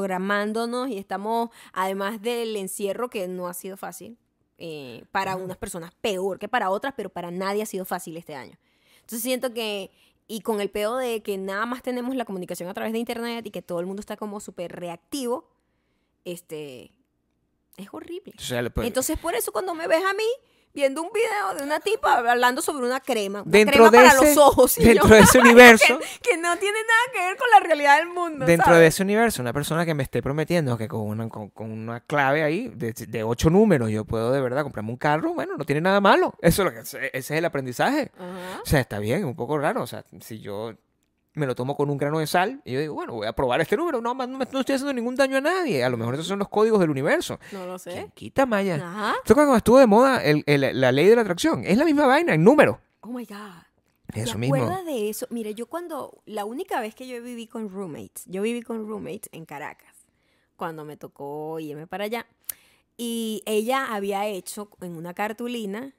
reprogramándonos y estamos, además del encierro que no ha sido fácil, eh, para unas personas peor que para otras, pero para nadie ha sido fácil este año. Entonces siento que, y con el peo de que nada más tenemos la comunicación a través de internet y que todo el mundo está como súper reactivo, este, es horrible. O sea, pues, Entonces, por eso cuando me ves a mí viendo un video de una tipa hablando sobre una crema, una crema dentro de para ese, los ojos, y <laughs> dentro yo, <laughs> de ese universo, que no tiene nada que ver con la realidad del mundo. dentro ¿sabes? de ese universo, una persona que me esté prometiendo que con una, con, con una clave ahí de, de ocho números yo puedo de verdad comprarme un carro, bueno, no tiene nada malo. Eso es lo que, ese es el aprendizaje. Ajá. O sea, está bien, es un poco raro. O sea, si yo me lo tomo con un grano de sal y yo digo, bueno, voy a probar este número, no, más no, me- no estoy haciendo ningún daño a nadie. A lo mejor esos son los códigos del universo. No lo sé. ¿Quién quita, Maya? Ajá. Esto cuando estuvo de moda el- el- la ley de la atracción. Es la misma vaina, en número. Oh my God. Eso ¿Te mismo. acuerdas de eso? Mira, yo cuando, la única vez que yo viví con roommates, yo viví con roommates en Caracas, cuando me tocó irme para allá, y ella había hecho en una cartulina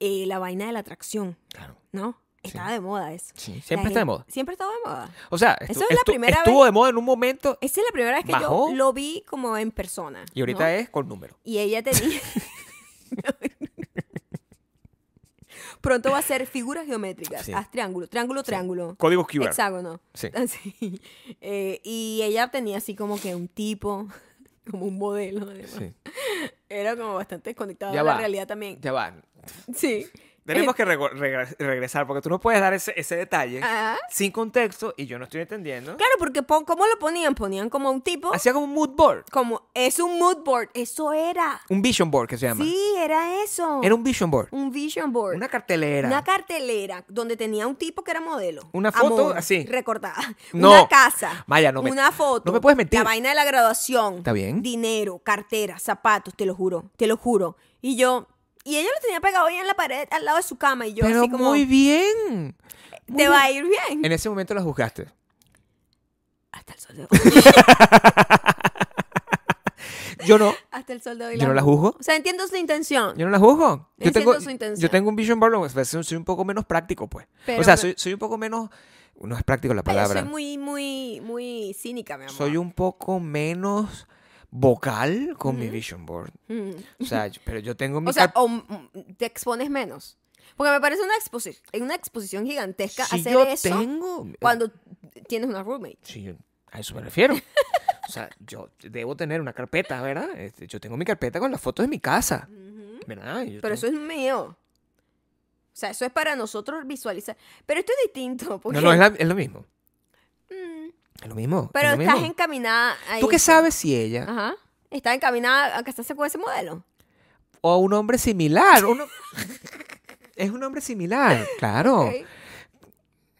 eh, la vaina de la atracción, Claro. ¿no? Estaba de moda eso. Sí, La siempre está gen- de moda. Siempre estaba de moda. O sea, Eso estu- es la estu- primera vez- estuvo de moda en un momento Esa es la primera vez que Bajó. yo lo vi como en persona. y ahorita es con número. Y ella tenía. <laughs> Pronto va a ser figuras geométricas. Sí. Haz triángulo, triángulo, triángulo. Códigos QR. Hexágono. <laughs> Sí. Así. Eh, y ella tenía así como que un tipo, <laughs> como un modelo. además. Sí. Era como bastante desconectado Ya de la va. realidad también. Ya va. Sí. Tenemos que rego- regre- regresar porque tú no puedes dar ese, ese detalle Eh, Ah, sin contexto y yo no estoy entendiendo. claro, porque pon- ¿cómo lo ponían? Ponían como un tipo. Hacía como un mood board, Como es un mood board. Eso era. un vision board que se llama. Sí, era eso. Era un vision board, un vision board. una cartelera. Una cartelera donde tenía un tipo que era modelo. Una foto así. <laughs> Recortada. No. Una casa. Maya, no me- Una foto. no me puedes mentir. La vaina de la graduación. Está bien. Dinero, cartera, zapatos, te lo juro, te lo juro. Y yo... Y ella lo tenía pegado ahí en la pared, al lado de su cama. Y yo Pero así como, muy bien. te va a ir bien. En ese momento la juzgaste. Hasta el sol de <laughs> hoy. Yo <laughs> no. Hasta el sol de hoy. Yo no la juzgo. O sea, entiendo su intención. Yo no la juzgo. Yo Entiendo tengo, su intención. yo tengo un vision board, lo que pasa es que soy un poco menos práctico, pues. Pero o sea, me- soy, soy un poco menos... No es práctico la Ay, yo palabra. soy muy, muy, muy cínica, mi amor. soy un poco menos vocal con mi vision board. Mm. O sea, yo- pero <laughs> yo tengo mi... O sea, cal- o, mm, te expones menos. Porque me parece una, exposi una exposición gigantesca si hacer yo eso tengo... eh, cuando tienes una roommate. Sí, yo- a eso me refiero. O sea, yo debo tener una carpeta, ¿verdad? Este, yo tengo mi carpeta con las fotos de mi casa, ¿verdad? Y yo Pero eso tengo- es mío. O sea, eso es para nosotros visualizar. Pero esto es distinto. Porque, No, no, es, la- es lo mismo. Mm, Es lo mismo. es pero lo estás mismo. encaminada a ¿Tú qué eso. sabes si ella Ajá. Estás encaminada a casarse con ese modelo. o un hombre similar? <laughs> uno- es un hombre similar, claro. Ok.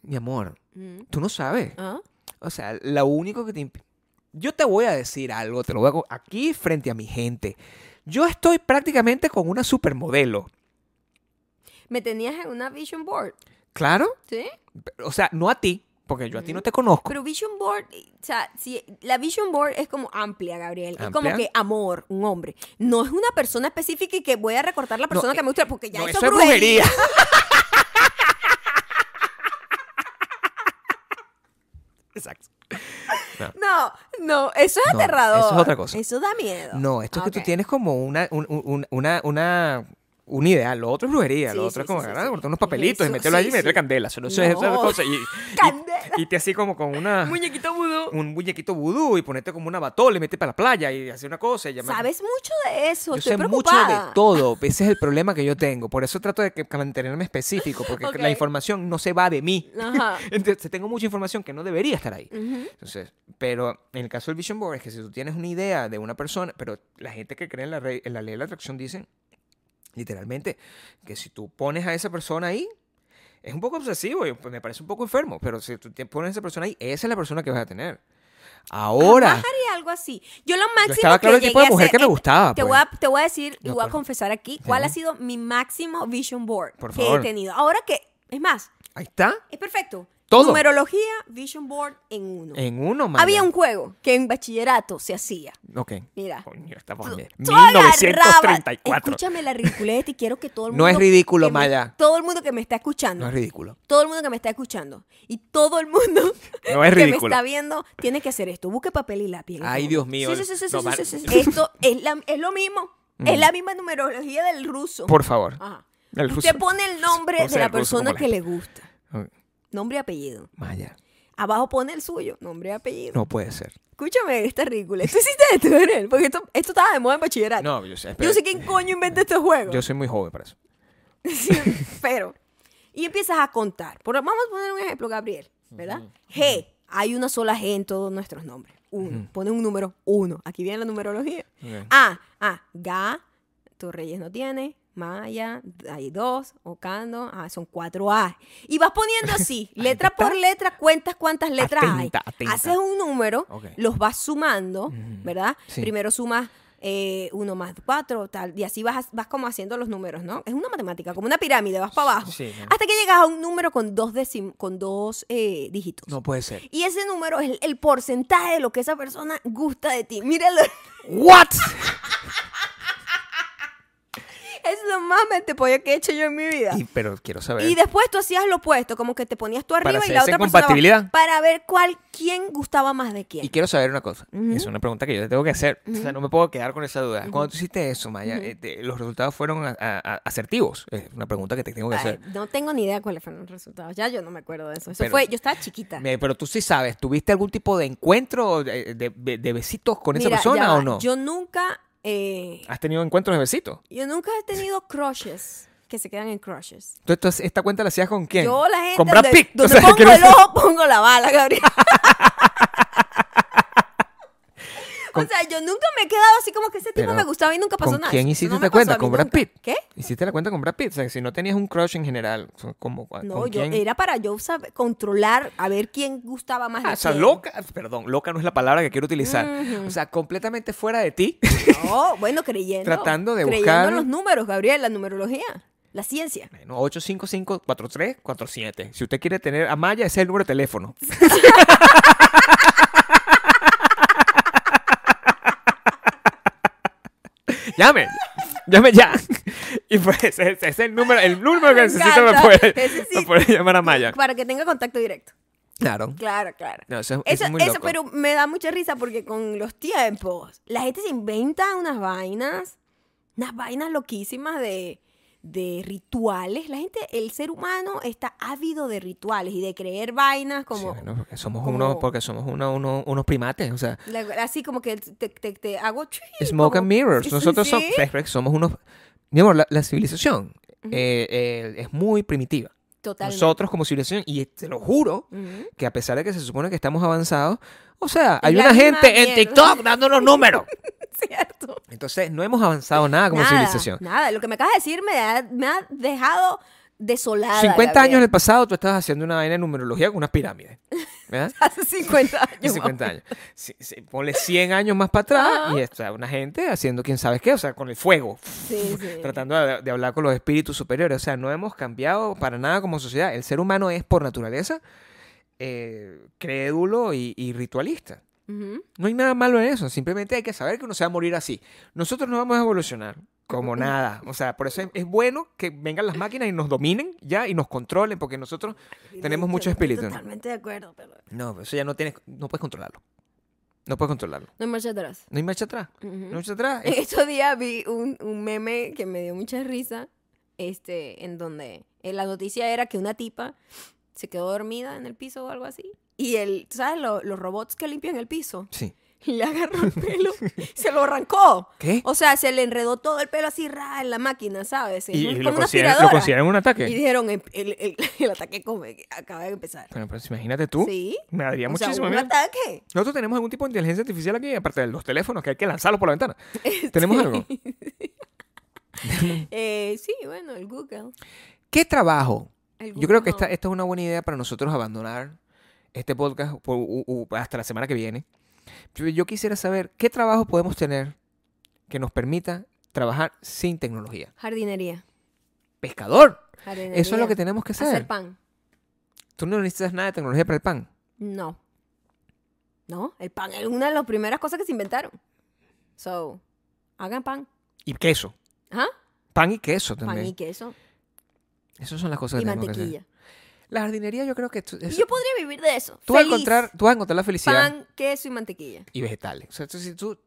Mi amor, Mm. tú no sabes. Ajá. O sea, lo único que te... imp- Yo te voy a decir algo, te lo voy a... co- Aquí frente a mi gente. Yo estoy prácticamente con una supermodelo. Me tenías en una vision board. ¿Claro? ¿Sí? O sea, no a ti, porque yo a ti no te conozco. Pero Vision Board, eh, o sea, si, la Vision Board es como amplia, Gabriel. Es como ¿Amplia? que amor, un hombre. No es una persona específica y que voy a recortar la persona No, eh, que me gusta, porque ya No, eso, es brujería. <laughs> Exacto. <laughs> No, no, eso es No, aterrador. eso es otra cosa. Eso da miedo. No, esto es que Ok. tú tienes como una, un, un- una, una, un ideal. Lo otro es brujería. Sí, lo sí, otro es como sí, sí, agarrar, sí. cortar unos papelitos Eso, y sí, meterlo allí y meterle sí. candela. Eso no, eso es otra No. cosa. Y, y- Candela. y te así como con una, <laughs> Muñequito vudú. un muñequito vudú y ponerte como una batola y meterte para la playa y hacer una cosa. Y llamar- Sabes mucho de eso. Yo Estoy sé mucho preocupada. de todo. Ese es el problema que yo tengo. Por eso trato de que- mantenerme específico, porque <laughs> Ok. la información no se va de mí. Ajá. Entonces, tengo mucha información que no debería estar ahí. Ujú. Entonces, pero en el caso del Vision Board es que si tú tienes una idea de una persona, pero la gente que cree en la, re- en la ley de la atracción dicen literalmente que si tú pones a esa persona ahí, Es un poco obsesivo, yo- me parece un poco enfermo, pero si tú te pones a esa persona ahí, esa es la persona que vas a tener. Jamás Ahora, haría algo así. Yo lo yo máximo estaba claro el que tipo de llegué a mujer hacer- que me eh, gustaba. Te pues. voy, a, te voy a decir y voy De a acuerdo. confesar aquí cuál Ujú. ha sido mi máximo vision board Por que he favor. tenido. Ahora que, es más, Ahí está, es perfecto. Todo. Numerología, vision board en uno. en uno más. Había un juego que en bachillerato se hacía. Ok. Mira. Coño, estamos en Tú agarrabas- 1934. Escúchame la ridiculez y quiero que todo el mundo. <laughs> No es ridículo, que me- Maya. Todo el mundo que me está escuchando. No es ridículo. todo el mundo que me está escuchando y todo el <laughs> mundo No es que me ridículo. está viendo tiene que hacer esto. Busque papel y lápiz. en este Ay, momento. Dios mío. Sí, sí, sí, sí, No, sí, va- sí, sí, sí. Esto es, la- es lo mismo. Es la misma numerología del ruso. Por favor. Ajá. El ruso. Usted pone el nombre O sea, de la el ruso persona como la que le gusta. Ok, Nombre y apellido. Maya, Abajo pone el suyo, nombre y apellido. no puede ser. Escúchame, está ridículo. Tú hiciste esto, Gabriel, porque esto, esto estaba de moda en bachillerato. No, yo sé. Yo pero- no sé quién coño inventa estos juegos. yo soy muy joven para eso. <laughs> Sí, pero. Y empiezas a contar. Por- vamos a poner un ejemplo, Gabriel, ¿verdad? G. Hay una sola G en todos nuestros nombres. Uno. Pone un número uno. Aquí viene la numerología. Ok. A. A. Ah, Ga. Torreyes no tiene. Maya. Hay dos. Ocando. Ah, son cuatro A. Y vas poniendo <laughs> así, letra por letra, cuentas cuántas letras Atenta, hay. atenta. Haces un número, Ok. los vas sumando, ¿verdad? Sí. Primero sumas eh, uno más cuatro, tal, y así vas, vas como haciendo los números, ¿no? Es una matemática, como una pirámide, vas para abajo. sí, ¿no? Hasta que llegas a un número con dos, decim- con dos eh, dígitos. No puede ser. Y ese número es el, el porcentaje de lo que esa persona gusta de ti. Míralo. ¿What? Es lo más mentepollo que he hecho yo en mi vida. Y- pero quiero saber. Y después tú hacías lo opuesto, como que te ponías tú arriba y hacer la esa otra persona abajo, incompatibilidad. para ver cuál quién gustaba más de quién. Y quiero saber una cosa. Es una pregunta que yo te tengo que hacer. O sea, no me puedo quedar con esa duda. Cuando tú hiciste eso, Maya, eh, te- los resultados fueron a- a- a- asertivos. Es una pregunta que te tengo que Ay, hacer. no tengo ni idea cuáles fueron los resultados. Ya yo no me acuerdo de eso. Eso Pero- fue, yo estaba chiquita. Me- pero tú sí sabes, ¿tuviste algún tipo de encuentro de, de- de- de besitos con esa Mira, persona ya va, o no? Ah. Yo nunca, eh, ¿Has tenido encuentros de besitos? yo nunca he tenido crushes que se quedan en crushes. ¿Tú esto- esta cuenta la hacías con quién? Yo la gente Con Brad donde- Pitt. <laughs> O Donde sea, pongo quiero el decir- ojo, pongo la bala, Gabriel. o sea, yo nunca me he quedado así como que ese tipo Pero, me gustaba y nunca pasó ¿Con nada. quién Eso hiciste no me esta pasó cuenta? a mí ¿Con Brad nunca. Pitt? ¿Qué? ¿Hiciste la cuenta con Brad Pitt? O sea, si no tenías un crush en general, son como No, ¿con yo eh, quién? era para yo saber, controlar a ver quién gustaba más de Ah, o sea, quién. loca, perdón, loca no es la palabra que quiero utilizar. O sea, completamente fuera de ti. No, bueno, creyendo. Tratando de creyendo buscar- en los números, Gabriel, la numerología, la ciencia. Bueno, 855-4347. Si usted quiere tener a Maya, ese es el número de teléfono. <laughs> Llame, llame ya. Y pues ese ese es el número, el número que Me necesito para encanta. poder, Ese sí. para poder llamar a Maya. Para que tenga contacto directo. Claro. Claro, claro. No, eso es- eso es muy loco. Pero me da mucha risa porque con los tiempos, la gente se inventa unas vainas, unas vainas loquísimas de, de rituales. La gente, el ser humano está ávido de rituales y de creer vainas Sí, como... bueno, porque somos, como- unos, porque somos uno- uno- unos primates, o sea, la- así como que te, te- te hago... chui, Smoke como- and Mirrors. Sí, Nosotros sí. somos, somos unos... Mi amor, la, la civilización eh, eh, es muy primitiva. Totalmente. Nosotros como civilización, y te lo juro, Ujú. que a pesar de que se supone que estamos avanzados, o sea, hay la una misma gente en mierda. TikTok dándonos números. <laughs> Cierto. Entonces, no hemos avanzado nada como nada, civilización. Nada, lo que me acabas de decir me ha, me ha dejado desolada. 50 años en Gabriel. el pasado, tú estabas haciendo una vaina de numerología con unas pirámides. <laughs> ¿Verdad? <laughs> Hace <laughs> 50 años. Y 50 años. Sí, sí, ponle 100 años más para atrás Ajá. y está una gente haciendo quién sabe qué, o sea, con el fuego, Sí, sí. tratando de, de hablar con los espíritus superiores. O sea, no hemos cambiado para nada como sociedad. El ser humano es, por naturaleza, eh, crédulo y- y ritualista. Ujú. No hay nada malo en eso, simplemente hay que saber que uno se va a morir así. Nosotros no vamos a evolucionar <laughs> como nada. O sea, por eso es, es bueno que vengan las máquinas y nos dominen ya y nos controlen, porque nosotros tenemos Yo mucho estoy espíritu. Totalmente de acuerdo, pero No, pero eso ya no tienes, no puedes controlarlo. No puedes controlarlo. no hay marcha atrás. No hay marcha atrás. Ujú. No hay marcha atrás. <laughs> En estos días vi un, un meme que me dio mucha risa, este, en donde eh, la noticia era que una tipa se quedó dormida en el piso o algo así. Y el, ¿tú ¿sabes? lo- los robots que limpian el piso. Sí. Y le agarró el <laughs> pelo, se lo arrancó. ¿Qué? O sea, se le enredó todo el pelo así ra, en la máquina, ¿sabes? Y, Es y como lo, una consideran, lo aspiradora. consideran un ataque. Y dijeron, el, el- el- <laughs> el ataque come- acaba de empezar. Bueno, pero imagínate tú. Sí. Me daría O sea, muchísimo un miedo. ataque. Nosotros tenemos algún tipo de inteligencia artificial aquí, aparte de los teléfonos, que hay que lanzarlos por <laughs> la ventana. ¿Tenemos algo? Eh, sí, bueno, el Google. ¿Qué trabajo El Yo creo gusto que no. esta, esta es una buena idea para nosotros abandonar este podcast por- u- u- hasta la semana que viene. Yo, yo quisiera saber qué trabajo podemos tener que nos permita trabajar sin tecnología. Jardinería. Pescador. jardinería. Eso es lo que tenemos que hacer. Hacer pan. Tú no necesitas nada de tecnología para el pan. No. No, el pan es una de las primeras cosas que se inventaron. So, hagan pan. Y queso. Ajá. Pan y queso Pan y también. queso. Esas son las cosas y que tenemos que hacer. mantequilla. La jardinería yo creo que... tú- Y eso- yo podría vivir de eso. tú, vas a Feliz. encontrar, tú vas a encontrar la felicidad Pan, queso y mantequilla. y vegetales. O sea, tú- si tú,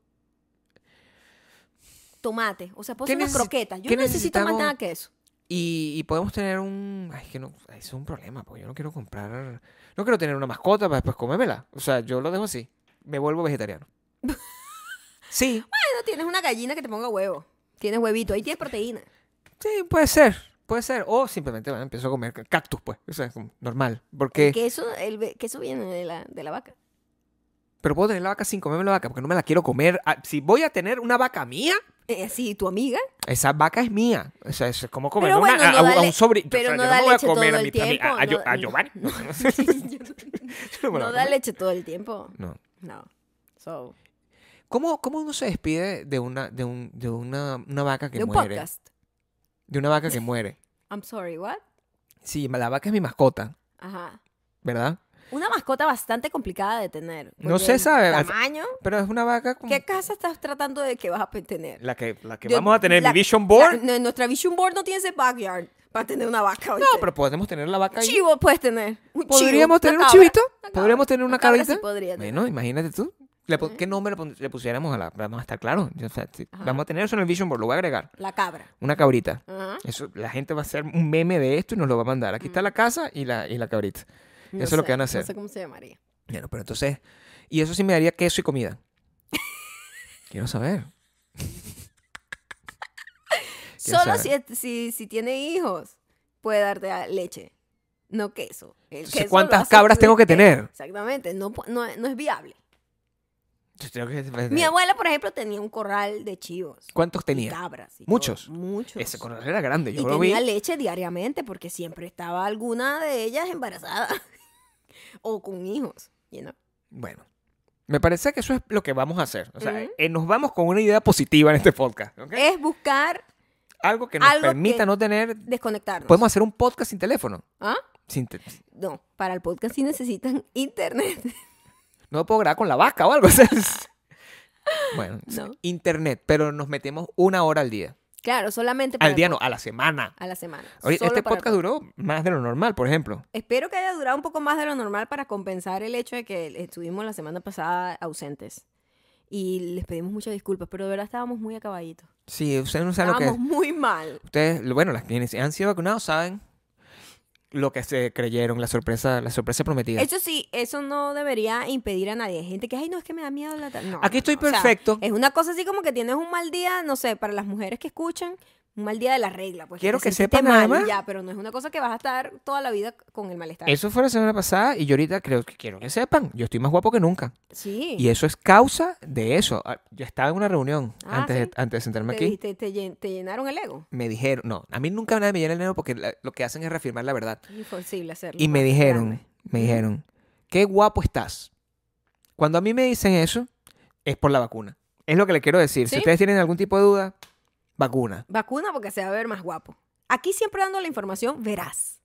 Tomate. O sea, puedo ¿Qué hacer unas necesi- croquetas. Yo qué no necesito más necesitamos? nada que eso. Y, y podemos tener un... Ay, que no... ay, Es un problema, porque yo no quiero comprar... No quiero tener una mascota para después comérmela. O sea, yo lo dejo así. Me <laughs> vuelvo vegetariano. sí, Bueno, tienes una gallina que te ponga huevo. Tienes huevito. Ahí tienes proteína. sí, puede ser. Puede ser. O simplemente bueno, empiezo a comer cactus, pues. O sea, es como normal. Porque... Queso, el ve- queso viene de la, de la vaca. Pero puedo tener la vaca sin comerme la vaca, porque no me la quiero comer. Ah, Si voy a tener una vaca mía, Eh, sí, tu <laughs> amiga. <laughs> esa vaca es mía. O sea, eso es como comer Pero bueno, a, no a un- da a le- un sobrino. pero O sea, no yo da me voy a leche todo comer a, el mi- a mi- a- a tiempo, Gio- a no- <laughs> Giovanni. <laughs> No, yo me no la voy a da comer. leche todo el tiempo. No. No. So, ¿Cómo, cómo uno se despide de una, de un, de una, una vaca que de un muere? podcast. De una vaca que muere. I'm sorry, what? Sí, la vaca es mi mascota, Ajá. ¿verdad? Una mascota bastante complicada de tener. No Mm. porque se el sabe, al- Tamaño. Pero es una vaca como ¿Qué casa estás tratando de que vas a tener? la que, la que Yo- vamos a tener, la- mi vision board. la- no, nuestra vision board no tiene ese backyard para tener una vaca. no, ¿oíste? pero podemos tener la vaca ahí. chivo puedes tener. Un chivo, ¿Podríamos una tener un cabra, chivito? una ¿Podríamos cabra, tener una cabra sí cabrita? podría tener. Bueno, imagínate tú. Le pon- ¿Qué nombre le pon- le pusiéramos a la.? Vamos a estar claros. O sea, si- Ajá. vamos a tener eso en el Vision Board. Lo voy a agregar. La cabra. Una cabrita. Ajá. Eso, la gente va a hacer un meme de esto y nos lo va a mandar. Aquí está la casa y la, y la cabrita. No Eso es lo sé, que van No a hacer. sé cómo se llamaría. Bueno, pero entonces. Y eso sí me daría queso y comida. Quiero saber. Quiero Solo si, saber. si, si tiene hijos, puede darte a- leche, no queso. El Entonces, queso lo ¿cuántas hace cabras de tengo que queso. tener? Exactamente, no, pu- no, no es viable. Yo creo que- Mi abuela, por ejemplo, tenía un corral de chivos. ¿Cuántos Y tenía? cabras. y Muchos. todo, Muchos. Ese corral era grande. Yo y lo vi. tenía leche diariamente porque siempre estaba alguna de ellas embarazada <laughs> o con hijos. you know. Bueno, me parece que eso es lo que vamos a hacer. O sea, Ujú. eh, nos vamos con una idea positiva en este podcast. ¿ok? Es buscar algo que nos algo permita que- no tener. desconectarnos. Podemos hacer un podcast sin teléfono. ¿Ah? Sin te- No, para el podcast sí necesitan <laughs> internet. No lo puedo grabar con la vaca o algo. <laughs> o sea, es- <laughs> bueno, es No. internet, pero nos metemos una hora al día. Claro, solamente para Al día no, a la semana. a la semana. Oye, solo este para el podcast duró más de lo normal, por ejemplo. Espero que haya durado un poco más de lo normal para compensar el hecho de que estuvimos la semana pasada ausentes. Y les pedimos muchas disculpas, pero de verdad estábamos muy acabaditos. Sí, ustedes no saben lo que Estábamos muy mal. Ustedes, lo- bueno, las quienes han sido vacunados saben lo que se creyeron, la sorpresa, la sorpresa prometida. Eso sí, eso no debería impedir a nadie. Hay gente que, ay, no, es que me da miedo la tarde. No, Aquí no, estoy no. O sea, eh, perfecto. es una cosa así como que tienes un mal día, no sé, para las mujeres que escuchan, un mal día de la regla. Pues, Quiero te que sentiste sepan nada mal y más. Ya, pero no es una cosa que vas a estar toda la vida con el malestar. Eso fue la semana pasada y yo ahorita creo que quiero que sepan, yo estoy más guapo que nunca. sí. Y eso es causa de eso. Ah, Yo estaba en una reunión Ah, antes, de, ¿sí? antes de sentarme te, aquí. te- te llen- te llenaron el ego. Me dijeron, no, a mí nunca nadie me llena el dinero porque la- lo que hacen es reafirmar la verdad. Es imposible hacerlo. Y me pues, dijeron, grande. me dijeron, qué guapo estás. Cuando a mí me dicen eso, es por la vacuna. Es lo que le quiero decir. Si ¿Sí? ustedes tienen algún tipo de duda, vacuna. Vacuna porque se va a ver más guapo. Aquí siempre dando la información verás.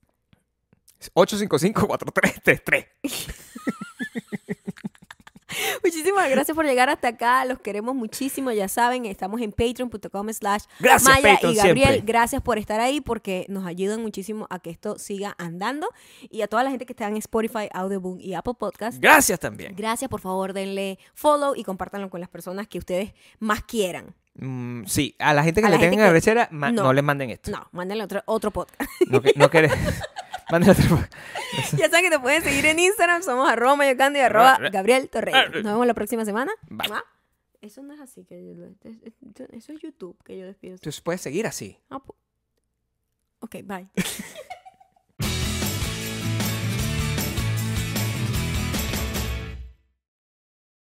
855-4333. <laughs> Muchísimas gracias por llegar hasta acá. Los queremos muchísimo. Ya saben, estamos en patreon.com slash Gracias, Maya Patreon, y Gabriel. siempre. Gracias por estar ahí porque nos ayudan muchísimo a que esto siga andando. Y a toda la gente que está en Spotify, Audioboom y Apple Podcast. Gracias también. Gracias, por favor, denle follow y compártanlo con las personas que ustedes más quieran. Mm, sí, a la gente que A le la gente tengan que- arrechera, ma- No. no. les manden esto. No, mándenle otro, otro podcast. <laughs> No, que- no querés. <laughs> Manden otro- ya saben que te pueden seguir en Instagram. Somos arroba mayocando y arroba Gabriel Ah, Torreira. Nos vemos la próxima semana. Bye. Mua. Eso no es así que yo lo- Eso es YouTube que yo despido. así. Entonces puedes seguir así. Ah, pu- Ok, bye.